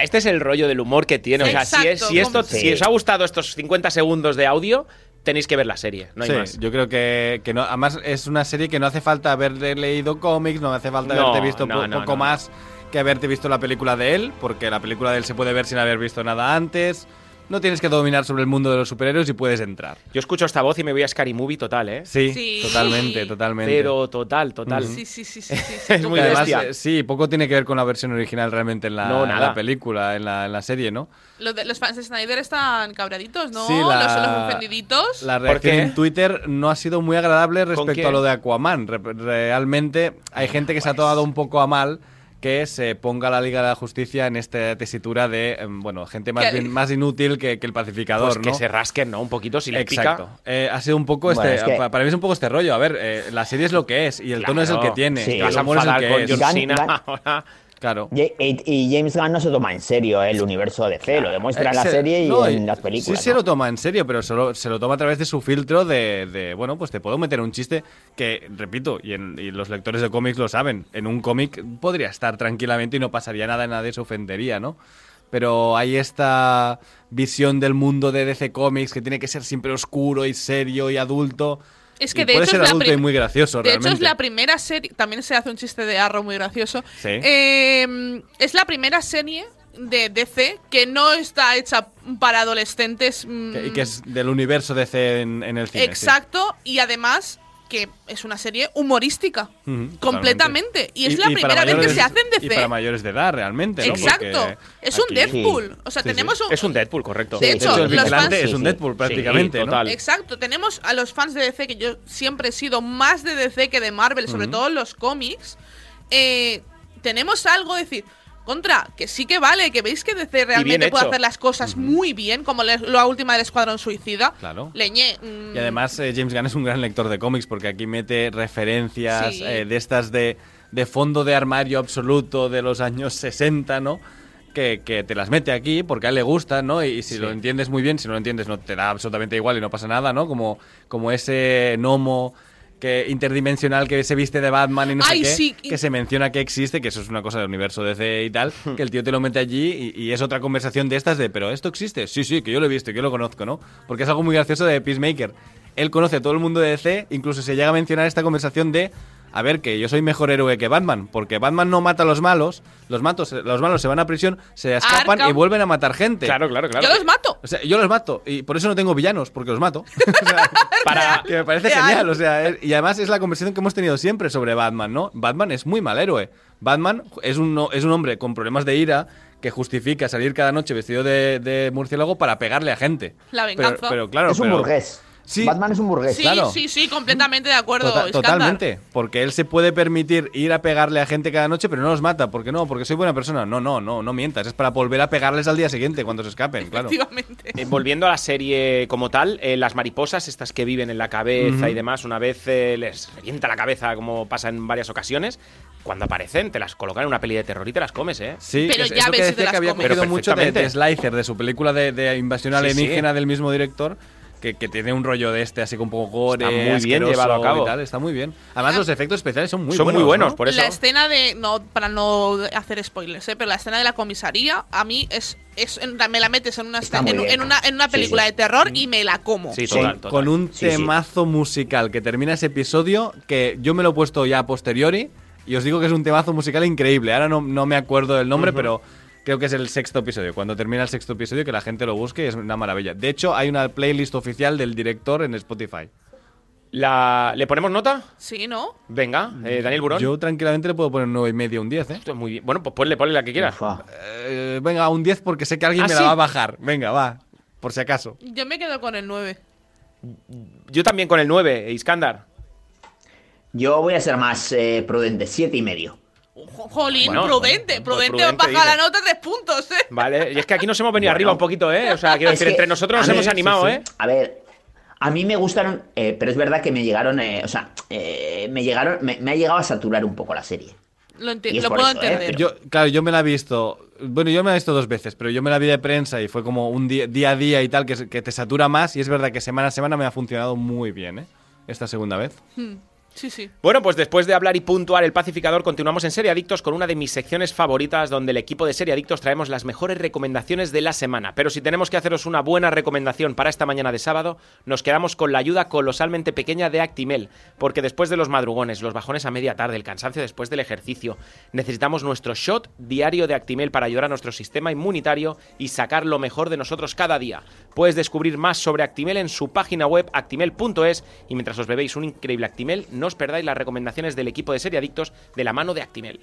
[SPEAKER 2] Este es el rollo del humor que tiene. O sea, si, es-
[SPEAKER 3] Exacto,
[SPEAKER 2] si esto,
[SPEAKER 3] como- Sí.
[SPEAKER 2] si os ha gustado estos 50 segundos de audio, tenéis que ver la serie. No hay
[SPEAKER 4] Sí,
[SPEAKER 2] más.
[SPEAKER 4] yo creo que, que no. Además, es una serie que no hace falta haber leído cómics, no hace falta
[SPEAKER 2] No,
[SPEAKER 4] haberte visto
[SPEAKER 2] no,
[SPEAKER 4] po-
[SPEAKER 2] no,
[SPEAKER 4] poco
[SPEAKER 2] no.
[SPEAKER 4] más que haberte visto la película de él, porque la película de él se puede ver sin haber visto nada antes. No tienes que dominar sobre el mundo de los superhéroes y puedes entrar.
[SPEAKER 2] Yo escucho esta voz y me voy a Scary Movie total, ¿eh?
[SPEAKER 4] Sí,
[SPEAKER 3] Sí.
[SPEAKER 4] totalmente, totalmente.
[SPEAKER 2] Pero total, total.
[SPEAKER 3] Sí, sí, sí, sí. sí, sí.
[SPEAKER 2] Es muy
[SPEAKER 4] Que además,
[SPEAKER 2] bestia.
[SPEAKER 4] eh, sí, poco tiene que ver con la versión original realmente en la,
[SPEAKER 2] No,
[SPEAKER 4] en la
[SPEAKER 2] nada.
[SPEAKER 4] película, en la, en la serie, ¿no?
[SPEAKER 3] Los, de- los fans de Snyder están cabraditos, ¿no?
[SPEAKER 4] Sí, la-
[SPEAKER 3] los, los ofendiditos.
[SPEAKER 4] La
[SPEAKER 2] ¿Por
[SPEAKER 4] reacción
[SPEAKER 2] qué?
[SPEAKER 4] en Twitter no ha sido muy agradable
[SPEAKER 2] quién?
[SPEAKER 4] respecto a lo de Aquaman. Re- realmente hay gente que se ha
[SPEAKER 3] Pues.
[SPEAKER 4] tomado un poco a mal que se ponga la Liga de la Justicia en esta tesitura de, em, bueno, gente más,
[SPEAKER 3] Que-
[SPEAKER 4] bien- más inútil que, que el pacificador,
[SPEAKER 2] Pues que
[SPEAKER 4] ¿no?
[SPEAKER 2] se rasquen, ¿no? Un poquito si le
[SPEAKER 4] Exacto.
[SPEAKER 2] pica.
[SPEAKER 4] Eh, ha sido un poco
[SPEAKER 5] Bueno,
[SPEAKER 4] este.
[SPEAKER 5] es que-
[SPEAKER 4] pa- Para mí es un poco este rollo. A ver, eh, la serie es lo que es y el tono es el que
[SPEAKER 2] Claro.
[SPEAKER 4] tiene.
[SPEAKER 5] Sí.
[SPEAKER 4] y
[SPEAKER 2] Te
[SPEAKER 4] el
[SPEAKER 2] vas a
[SPEAKER 4] humor es el
[SPEAKER 2] enfadar
[SPEAKER 4] que
[SPEAKER 2] con
[SPEAKER 4] es.
[SPEAKER 2] John
[SPEAKER 5] Gan-
[SPEAKER 2] Cena
[SPEAKER 5] Gan-
[SPEAKER 2] ahora.
[SPEAKER 4] Claro.
[SPEAKER 5] Y, y- y James Gunn no se toma en serio eh, el universo de C, lo demuestra en la
[SPEAKER 4] Eh, se-
[SPEAKER 5] serie y
[SPEAKER 4] no,
[SPEAKER 5] en las películas.
[SPEAKER 4] Sí, se
[SPEAKER 5] ¿no?
[SPEAKER 4] lo toma en serio, pero solo, se lo toma a través de su filtro de, de, bueno, pues te puedo meter un chiste que, repito, y, en- y los lectores de cómics lo saben, en un cómic podría estar tranquilamente y no pasaría nada, nadie se ofendería, ¿no? Pero hay esta visión del mundo de DC Comics que tiene que ser siempre oscuro y serio y adulto.
[SPEAKER 3] Es que
[SPEAKER 4] Y
[SPEAKER 3] de
[SPEAKER 4] puede
[SPEAKER 3] hecho
[SPEAKER 4] ser
[SPEAKER 3] es la
[SPEAKER 4] adulto y
[SPEAKER 3] prim-
[SPEAKER 4] muy gracioso,
[SPEAKER 3] de
[SPEAKER 4] realmente.
[SPEAKER 3] hecho, es la primera serie. También se hace un chiste de Arrow muy gracioso.
[SPEAKER 4] Sí.
[SPEAKER 3] Eh, es la primera serie de DC que no está hecha para adolescentes. mm,
[SPEAKER 4] Que- y que es del universo DC en, en el cine. sí.
[SPEAKER 3] exacto. Y además, que es una serie humorística.
[SPEAKER 4] Ujú,
[SPEAKER 3] completamente. Y es la
[SPEAKER 4] para
[SPEAKER 3] primera vez que
[SPEAKER 4] mayores-
[SPEAKER 3] se hace en
[SPEAKER 4] Y
[SPEAKER 3] DC.
[SPEAKER 4] para mayores de edad, realmente, ¿no?
[SPEAKER 3] Exacto.
[SPEAKER 4] Porque
[SPEAKER 3] es un
[SPEAKER 4] aquí-
[SPEAKER 3] Deadpool. O sea,
[SPEAKER 4] Sí, sí.
[SPEAKER 3] tenemos un.
[SPEAKER 2] Es un Deadpool, correcto.
[SPEAKER 3] De
[SPEAKER 5] Sí,
[SPEAKER 3] hecho,
[SPEAKER 5] sí, sí.
[SPEAKER 4] el
[SPEAKER 5] los
[SPEAKER 4] vigilante
[SPEAKER 5] fans-
[SPEAKER 4] es un
[SPEAKER 5] sí,
[SPEAKER 4] Deadpool,
[SPEAKER 5] sí,
[SPEAKER 4] prácticamente, ¿no?
[SPEAKER 2] total.
[SPEAKER 3] Exacto, tenemos a los fans de DC, que yo siempre he sido más de DC que de Marvel, sobre todo en los cómics. eh, tenemos algo de decir, contra, que sí que vale, que veis que DC realmente
[SPEAKER 2] bien
[SPEAKER 3] puede
[SPEAKER 2] hecho.
[SPEAKER 3] hacer las cosas muy bien, como la, la última del Escuadrón Suicida.
[SPEAKER 4] Claro.
[SPEAKER 3] Leñé. mm,
[SPEAKER 4] Y además eh, James Gunn es un gran lector de cómics porque aquí mete referencias
[SPEAKER 3] Sí.
[SPEAKER 4] eh, de estas de, de fondo de armario absoluto de los años 60, ¿no? Que, que te las mete aquí porque a él le gusta, ¿no? Y, si lo entiendes muy bien, si no lo entiendes no te da absolutamente igual y no pasa nada, ¿no? Como, como ese gnomo que interdimensional que se viste de Batman y no
[SPEAKER 3] Ay,
[SPEAKER 4] sé qué,
[SPEAKER 3] sí, y-
[SPEAKER 4] que se menciona que existe, que eso es una cosa del universo DC y tal, que el tío te lo mete allí y, y es otra conversación de estas de, pero ¿esto existe? Sí, sí, que yo lo he visto, y que yo lo conozco, ¿no? Porque es algo muy gracioso de Peacemaker. Él conoce a todo el mundo de DC, incluso se llega a mencionar esta conversación de, a ver, que yo soy mejor héroe que Batman, porque Batman no mata a los malos, los, matos, los malos se van a prisión, se escapan
[SPEAKER 3] Arkham.
[SPEAKER 4] y vuelven a matar gente.
[SPEAKER 2] Claro, claro, claro.
[SPEAKER 3] Yo los mato.
[SPEAKER 4] O sea, yo los mato y por eso no tengo villanos, porque los mato. O sea,
[SPEAKER 2] Para-
[SPEAKER 4] que me parece
[SPEAKER 3] Real.
[SPEAKER 4] genial, o sea, es- y además es la conversación que hemos tenido siempre sobre Batman, ¿no? Batman es muy mal héroe. Batman es un, no- es un hombre con problemas de ira que justifica salir cada noche vestido de, de murciélago para pegarle a gente.
[SPEAKER 3] La
[SPEAKER 4] Pero-
[SPEAKER 3] venganza.
[SPEAKER 4] Pero, claro,
[SPEAKER 5] es un
[SPEAKER 4] pero-
[SPEAKER 5] burgués.
[SPEAKER 4] Sí.
[SPEAKER 5] Batman es un burgués.
[SPEAKER 3] sí,
[SPEAKER 4] claro.
[SPEAKER 3] sí, sí, completamente de acuerdo.
[SPEAKER 4] Tota-
[SPEAKER 3] Iskandar.
[SPEAKER 4] totalmente, porque él se puede permitir ir a pegarle a gente cada noche, pero no los mata, porque no, porque soy buena persona. No, no, no, no mientas, es para volver a pegarles al día siguiente cuando se escapen, claro.
[SPEAKER 3] Efectivamente.
[SPEAKER 2] Eh, volviendo a la serie como tal, eh, las mariposas, estas que viven en la cabeza y demás, una vez eh, les revienta la cabeza, como pasa en varias ocasiones, cuando aparecen, te las colocan en una peli de terror y te las comes, ¿eh?
[SPEAKER 4] Sí,
[SPEAKER 3] Pero
[SPEAKER 4] es,
[SPEAKER 3] ya
[SPEAKER 4] es lo
[SPEAKER 3] ves
[SPEAKER 4] que
[SPEAKER 3] si te
[SPEAKER 4] decía
[SPEAKER 3] las
[SPEAKER 4] que había
[SPEAKER 3] comes.
[SPEAKER 4] cogido
[SPEAKER 2] Pero
[SPEAKER 4] mucho de, de
[SPEAKER 2] perfectamente.
[SPEAKER 4] Slicer, de su película de, de invasión
[SPEAKER 2] Sí,
[SPEAKER 4] alienígena
[SPEAKER 2] sí.
[SPEAKER 4] del mismo director, que, que tiene un rollo de este así con un poco gore,
[SPEAKER 2] Está muy bien
[SPEAKER 4] asqueroso
[SPEAKER 2] llevado a cabo.
[SPEAKER 4] y tal, está muy bien. Además
[SPEAKER 3] Ah.
[SPEAKER 4] los efectos especiales son muy
[SPEAKER 2] Son
[SPEAKER 4] buenos.
[SPEAKER 2] muy buenos,
[SPEAKER 4] ¿no?
[SPEAKER 2] por eso.
[SPEAKER 3] La escena de. No, para no hacer spoilers, ¿eh? pero la escena de la comisaría, a mí es. es en- me la metes en una,
[SPEAKER 5] Está
[SPEAKER 3] escena-
[SPEAKER 5] muy
[SPEAKER 3] en,
[SPEAKER 5] bien.
[SPEAKER 3] en una, en una
[SPEAKER 5] Sí,
[SPEAKER 3] película
[SPEAKER 5] sí.
[SPEAKER 3] de terror y me la como.
[SPEAKER 2] Mm. Sí,
[SPEAKER 5] Sí,
[SPEAKER 2] total, total.
[SPEAKER 4] Con un
[SPEAKER 5] Sí, sí.
[SPEAKER 4] temazo musical que termina ese episodio, que yo me lo he puesto ya a posteriori, y os digo que es un temazo musical increíble. Ahora no, no me acuerdo del nombre, pero creo que es el sexto episodio. Cuando termina el sexto episodio, que la gente lo busque, es una maravilla. De hecho, hay una playlist oficial del director en Spotify.
[SPEAKER 2] La- ¿Le ponemos nota?
[SPEAKER 3] Sí, ¿no?
[SPEAKER 2] Venga, eh, Daniel Burón.
[SPEAKER 4] Yo tranquilamente le puedo poner 9 y medio, un 10, ¿eh?
[SPEAKER 2] Muy bien. Bueno, pues ponle, ponle la que quieras.
[SPEAKER 4] Eh, venga, un 10 porque sé que alguien
[SPEAKER 2] ¿Ah,
[SPEAKER 4] me la
[SPEAKER 2] sí?
[SPEAKER 4] va a bajar. Venga, va. Por si acaso.
[SPEAKER 3] Yo me quedo con el 9.
[SPEAKER 2] Yo también con el 9, Iskandar.
[SPEAKER 5] Yo voy a ser más eh, prudente, siete y medio.
[SPEAKER 3] Jolín,
[SPEAKER 2] Bueno,
[SPEAKER 3] prudente,
[SPEAKER 2] pues
[SPEAKER 3] prudente, baja
[SPEAKER 2] prudente,
[SPEAKER 3] la
[SPEAKER 2] dice.
[SPEAKER 3] nota tres puntos, ¿eh?
[SPEAKER 2] Vale, y es que aquí nos hemos venido
[SPEAKER 5] Bueno.
[SPEAKER 2] arriba un poquito, ¿eh? O sea, quiero
[SPEAKER 5] Es
[SPEAKER 2] decir,
[SPEAKER 5] que
[SPEAKER 2] entre nosotros nos
[SPEAKER 5] a mí-
[SPEAKER 2] hemos
[SPEAKER 5] sí,
[SPEAKER 2] animado,
[SPEAKER 5] sí.
[SPEAKER 2] ¿eh?
[SPEAKER 5] A ver, a mí me gustaron, eh, pero es verdad que me llegaron, eh, o sea, eh, me llegaron, me, me ha llegado a saturar un poco la serie.
[SPEAKER 3] Lo, enti-
[SPEAKER 5] Y es
[SPEAKER 3] lo
[SPEAKER 5] por
[SPEAKER 3] puedo
[SPEAKER 5] eso, ¿eh?
[SPEAKER 3] entender.
[SPEAKER 4] Yo, claro, yo me la he visto. Bueno, yo me la he visto dos veces, pero yo me la vi de prensa y fue como un día, día a día y tal, que, se- que te satura más. Y es verdad que semana a semana me ha funcionado muy bien, ¿eh? Esta segunda vez.
[SPEAKER 3] Hmm, Sí, sí.
[SPEAKER 2] Bueno, pues después de hablar y puntuar el pacificador, continuamos en Serie Adictos con una de mis secciones favoritas, donde el equipo de Serie Adictos traemos las mejores recomendaciones de la semana. Pero si tenemos que haceros una buena recomendación para esta mañana de sábado, nos quedamos con la ayuda colosalmente pequeña de Actimel, porque después de los madrugones, los bajones a media tarde, el cansancio después del ejercicio, necesitamos nuestro shot diario de Actimel para ayudar a nuestro sistema inmunitario y sacar lo mejor de nosotros cada día. Puedes descubrir más sobre Actimel en su página web actimel.es y mientras os bebéis un increíble Actimel, no os perdáis las recomendaciones del equipo de serie adictos de la mano de Actimel.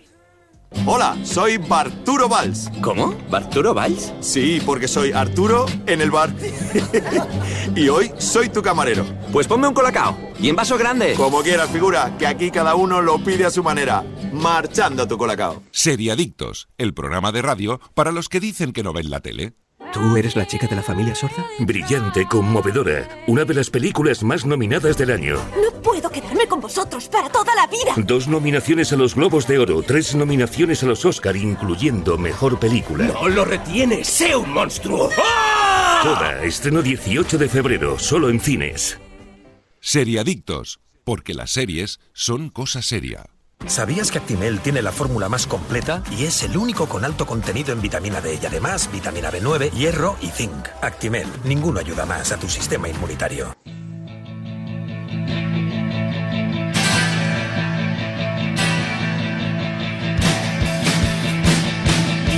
[SPEAKER 6] Hola, soy Barturo Valls. ¿Cómo? ¿Barturo Valls? Sí, porque soy Arturo en el bar. y hoy soy tu camarero. Pues ponme un colacao. Y en vaso grande. Como quieras, figura, que aquí cada uno lo pide a su manera. Marchando tu colacao.
[SPEAKER 1] Seriadictos, el programa de radio para los que dicen que no ven la tele.
[SPEAKER 8] ¿Tú eres la chica de la familia sorda? Brillante, conmovedora. Una de las películas más nominadas del año.
[SPEAKER 9] No puedo quedarme con vosotros para toda la vida.
[SPEAKER 8] Dos nominaciones a los Globos de Oro, tres nominaciones a los Oscar, incluyendo Mejor Película.
[SPEAKER 12] ¡No lo retienes! ¡Sé un monstruo! ¡Ah!
[SPEAKER 8] Toda, estreno 18 de febrero, solo en cines.
[SPEAKER 1] Seriadictos, porque las series son cosa seria.
[SPEAKER 10] ¿Sabías que Actimel tiene la fórmula más completa y es el único con alto contenido en vitamina D y además vitamina B9, hierro y zinc? Actimel, ninguno ayuda más a tu sistema inmunitario.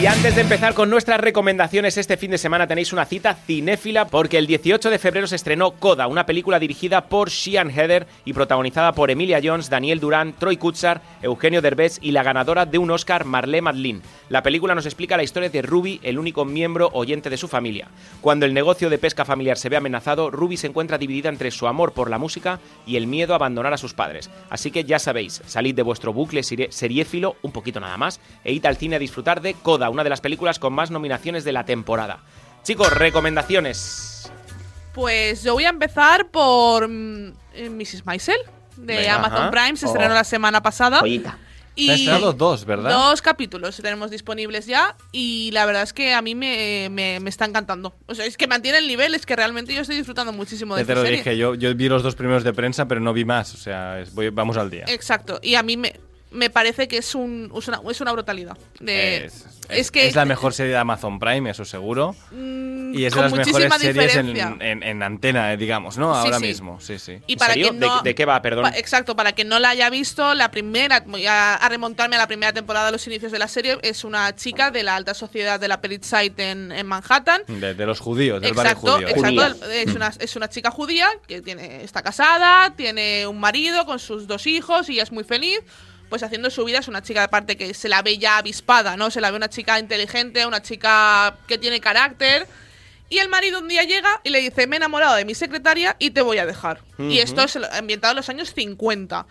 [SPEAKER 2] Y antes de empezar con nuestras recomendaciones, este fin de semana tenéis una cita cinéfila porque el 18 de febrero se estrenó Coda, una película dirigida por Sean Heather y protagonizada por Emilia Jones, Daniel Durán, Troy Kutzar, Eugenio Derbez y la ganadora de un Oscar, Marlene Madlin. La película nos explica la historia de Ruby, el único miembro oyente de su familia. Cuando el negocio de pesca familiar se ve amenazado, Ruby se encuentra dividida entre su amor por la música y el miedo a abandonar a sus padres. Así que ya sabéis, salid de vuestro bucle serie- seriéfilo, un poquito nada más, e id al cine a disfrutar de Coda, una de las películas con más nominaciones de la temporada. Chicos, recomendaciones.
[SPEAKER 3] Pues yo voy a empezar por mm, eh, Mrs. Maisel de
[SPEAKER 2] Venga,
[SPEAKER 3] Amazon
[SPEAKER 2] ajá.
[SPEAKER 3] Prime. Se
[SPEAKER 2] Oh.
[SPEAKER 3] estrenó la semana pasada.
[SPEAKER 5] Joyita.
[SPEAKER 4] Se han estrenado dos, ¿verdad?
[SPEAKER 3] Dos capítulos tenemos disponibles ya y la verdad es que a mí me, me, me está encantando. O sea, es que mantiene el nivel, es que realmente yo estoy disfrutando muchísimo de
[SPEAKER 4] Ya te
[SPEAKER 3] esta
[SPEAKER 4] lo
[SPEAKER 3] serie.
[SPEAKER 4] dije, yo, yo vi los dos primeros de prensa, pero no vi más. O sea, es- voy- vamos al día.
[SPEAKER 3] Exacto, y a mí me, me parece que es, un, es, una, es una brutalidad. De-
[SPEAKER 4] Es-
[SPEAKER 3] Este, es que
[SPEAKER 4] Es la mejor serie de Amazon Prime, eso seguro.
[SPEAKER 3] mm,
[SPEAKER 4] Y es de
[SPEAKER 3] con
[SPEAKER 4] las mejores
[SPEAKER 3] muchísima
[SPEAKER 4] series en,
[SPEAKER 3] diferencia.
[SPEAKER 4] en- en antena, eh, digamos, ¿no?
[SPEAKER 3] Sí,
[SPEAKER 4] Ahora
[SPEAKER 3] sí.
[SPEAKER 4] mismo, sí, sí.
[SPEAKER 3] Y para
[SPEAKER 2] serio?
[SPEAKER 3] quien no-
[SPEAKER 2] ¿De, de qué va, perdón?
[SPEAKER 3] Pa- Exacto, para quien no la haya visto, la primera, voy a, a remontarme a la primera temporada de los inicios de la serie, es una chica de la alta sociedad de la Peritside en, en Manhattan.
[SPEAKER 4] De, de los judíos, del barrio
[SPEAKER 3] Exacto,
[SPEAKER 4] judío.
[SPEAKER 3] exacto. Es una, es una chica judía que tiene, está casada, tiene un marido con sus dos hijos y ella es muy feliz. Pues haciendo su vida es una chica aparte que se la ve ya avispada, ¿no? Se la ve una chica inteligente, una chica que tiene carácter. Y el marido un día llega y le dice, me he enamorado de mi secretaria y te voy a dejar. Y
[SPEAKER 13] Ujú.
[SPEAKER 3] esto es ambientado en los años 50.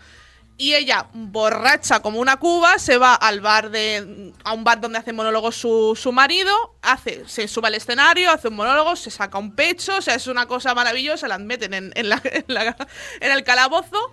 [SPEAKER 3] Y ella, borracha como una cuba, se va al bar de. a un bar donde hace monólogos su, su marido, hace, se sube al escenario, hace un monólogo, se saca un pecho, o sea, es una cosa maravillosa, la meten en, en la- en la- en el calabozo.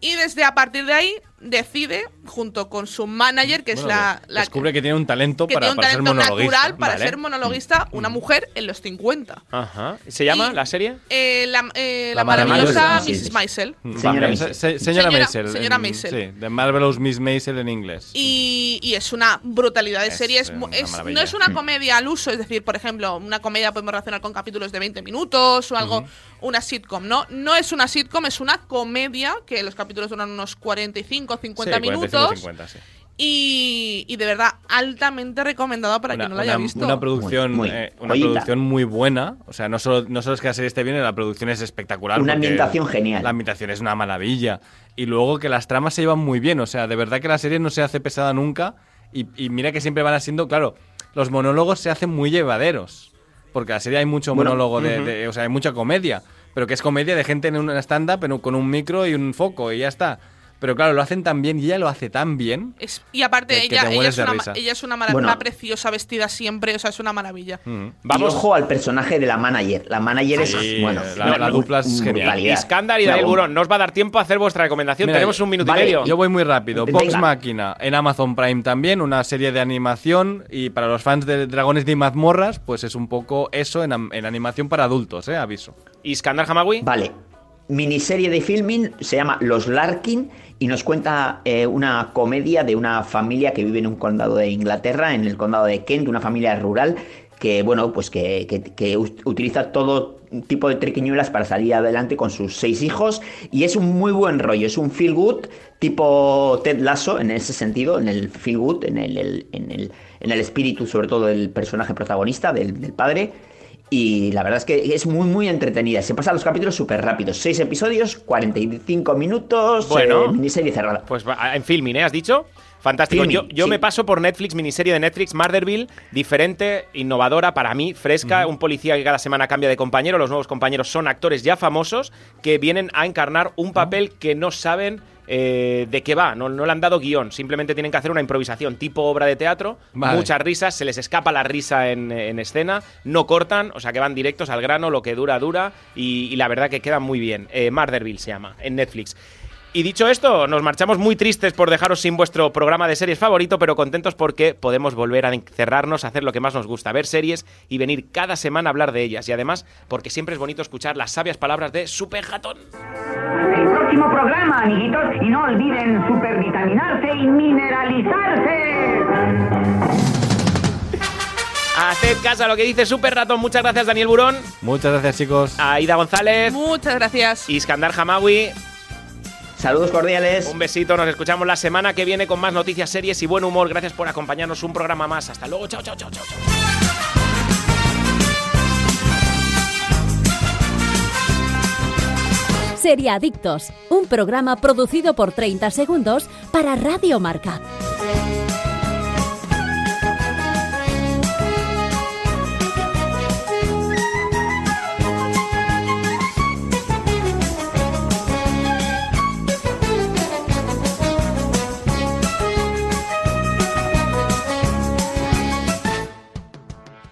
[SPEAKER 3] Y desde a partir de ahí decide, junto con su manager, que
[SPEAKER 4] Bueno,
[SPEAKER 3] es la,
[SPEAKER 4] de-
[SPEAKER 3] la
[SPEAKER 4] descubre que tiene un talento
[SPEAKER 3] que
[SPEAKER 4] para,
[SPEAKER 3] tiene un
[SPEAKER 4] para
[SPEAKER 3] talento
[SPEAKER 4] ser monologuista.
[SPEAKER 3] natural para
[SPEAKER 4] ¿vale? Mm.
[SPEAKER 3] ser monologuista, una mujer en los 50.
[SPEAKER 2] Ajá. ¿Se llama la serie?
[SPEAKER 3] Eh, la, eh,
[SPEAKER 4] La
[SPEAKER 3] la maravillosa
[SPEAKER 4] maravillosa, sí,
[SPEAKER 3] Mrs. Maisel.
[SPEAKER 4] Mm,
[SPEAKER 2] Señora
[SPEAKER 4] vale,
[SPEAKER 2] Maisel.
[SPEAKER 4] se- se- señora
[SPEAKER 3] Señora-
[SPEAKER 4] Maisel.
[SPEAKER 3] señora
[SPEAKER 4] mm,
[SPEAKER 3] Maisel.
[SPEAKER 4] Sí, de Marvelous Miss Maisel en inglés.
[SPEAKER 3] Y, y es una brutalidad de
[SPEAKER 4] Es,
[SPEAKER 3] serie. es
[SPEAKER 4] eh,
[SPEAKER 3] mu-
[SPEAKER 4] una
[SPEAKER 3] es- no
[SPEAKER 4] maravilla.
[SPEAKER 3] es una comedia al uso, es decir, por ejemplo, una comedia podemos relacionar con capítulos de 20 minutos o algo, una sitcom. No, no es una sitcom, es una comedia que los capítulos duran unos 45, 50
[SPEAKER 4] Sí, 45,
[SPEAKER 3] minutos.
[SPEAKER 4] 50, sí.
[SPEAKER 3] Y, y de verdad, altamente recomendado para quien no lo haya visto.
[SPEAKER 4] una producción, eh, una
[SPEAKER 5] joyita.
[SPEAKER 4] producción muy buena. O sea, no solo, no solo es que la serie esté bien, la producción es espectacular.
[SPEAKER 5] Una
[SPEAKER 4] porque
[SPEAKER 5] ambientación genial.
[SPEAKER 4] La ambientación es una maravilla. Y luego que las tramas se llevan muy bien. O sea, de verdad que la serie no se hace pesada nunca. Y, y mira que siempre van siendo, claro, los monólogos se hacen muy llevaderos. Porque en la serie hay mucho
[SPEAKER 13] Bueno,
[SPEAKER 4] monólogo, de,
[SPEAKER 13] ujú.
[SPEAKER 4] de- o sea, hay mucha comedia. Pero que es comedia de gente en una stand-up pero con un micro y un foco y ya está. Pero claro, lo hacen tan bien y ella lo hace tan bien.
[SPEAKER 3] Es- y aparte,
[SPEAKER 4] Que- que
[SPEAKER 3] ella,
[SPEAKER 4] te
[SPEAKER 3] ella,
[SPEAKER 4] mueres
[SPEAKER 3] es
[SPEAKER 4] de
[SPEAKER 3] una,
[SPEAKER 4] risa.
[SPEAKER 3] ma- ella es una maravilla,
[SPEAKER 5] Bueno.
[SPEAKER 3] una preciosa vestida siempre, o sea, es una maravilla.
[SPEAKER 4] Mm.
[SPEAKER 5] Vamos. ojo al personaje de la manager. La manager es.
[SPEAKER 2] Sí,
[SPEAKER 5] Bueno,
[SPEAKER 2] la- la dupla es genial. Iskandar y Daniel Burón, no os va a dar tiempo a hacer vuestra recomendación.
[SPEAKER 4] Mira,
[SPEAKER 2] Tenemos un minuto
[SPEAKER 4] vale,
[SPEAKER 2] y medio.
[SPEAKER 4] Yo voy muy rápido. Vox
[SPEAKER 2] Venga.
[SPEAKER 4] Máquina en Amazon Prime también, una serie de animación. Y para los fans de Dragones de Mazmorras, pues es un poco eso en, am- en animación para adultos, ¿eh? Aviso.
[SPEAKER 2] Iskandar Hamawi.
[SPEAKER 5] Vale. Miniserie de filming se llama Los Larkin y nos cuenta eh, una comedia de una familia que vive en un condado de Inglaterra, en el condado de Kent, una familia rural que, bueno, pues que, que- que ut- utiliza todo tipo de triquiñuelas para salir adelante con sus seis hijos y es un muy buen rollo, es un feel good tipo Ted Lasso en ese sentido, en el feel good, en el, el- en el, en el espíritu sobre todo del personaje protagonista, del- del padre. Y la verdad es que es muy, muy entretenida. Se pasan los capítulos súper rápidos. Seis episodios, 45 minutos.
[SPEAKER 2] Bueno.
[SPEAKER 5] eh, miniserie cerrada.
[SPEAKER 2] Pues va- en filming, ¿eh? ¿Has dicho? Fantástico. yo
[SPEAKER 5] Filming,
[SPEAKER 2] yo
[SPEAKER 5] sí.
[SPEAKER 2] me paso por Netflix, miniserie de Netflix, Murderville, diferente, innovadora para mí, fresca, un policía que cada semana cambia de compañero, los nuevos compañeros son actores ya famosos que vienen a encarnar
[SPEAKER 5] Ah.
[SPEAKER 2] un papel que no saben eh, de qué va, no, no le han dado guión, simplemente tienen que hacer una improvisación tipo obra de teatro,
[SPEAKER 4] Vale.
[SPEAKER 2] muchas risas, se les escapa la risa en, en escena, no cortan, o sea que van directos al grano, lo que dura, dura, y, y la verdad que queda muy bien. Eh, Murderville se llama, en Netflix. Y dicho esto, nos marchamos muy tristes por dejaros sin vuestro programa de series favorito, pero contentos porque podemos volver a encerrarnos, a hacer lo que más nos gusta, ver series y venir cada semana a hablar de ellas. Y además, porque siempre es bonito escuchar las sabias palabras de Super Jatón.
[SPEAKER 14] El próximo programa, amiguitos, y no olviden supervitaminarse y mineralizarse.
[SPEAKER 2] Haced caso a lo que dice Super Ratón. Muchas gracias, Daniel Burón.
[SPEAKER 4] Muchas gracias, chicos.
[SPEAKER 2] Aida González.
[SPEAKER 3] Muchas gracias.
[SPEAKER 2] Iskandar Hamawi.
[SPEAKER 5] Saludos cordiales.
[SPEAKER 2] Un besito. Nos escuchamos la semana que viene con más noticias, series y buen humor. Gracias por acompañarnos. Un programa más. Hasta luego. Chao, chao, chao, chao. chao.
[SPEAKER 15] Sería Adictos, un programa producido por 30 segundos para Radio Marca.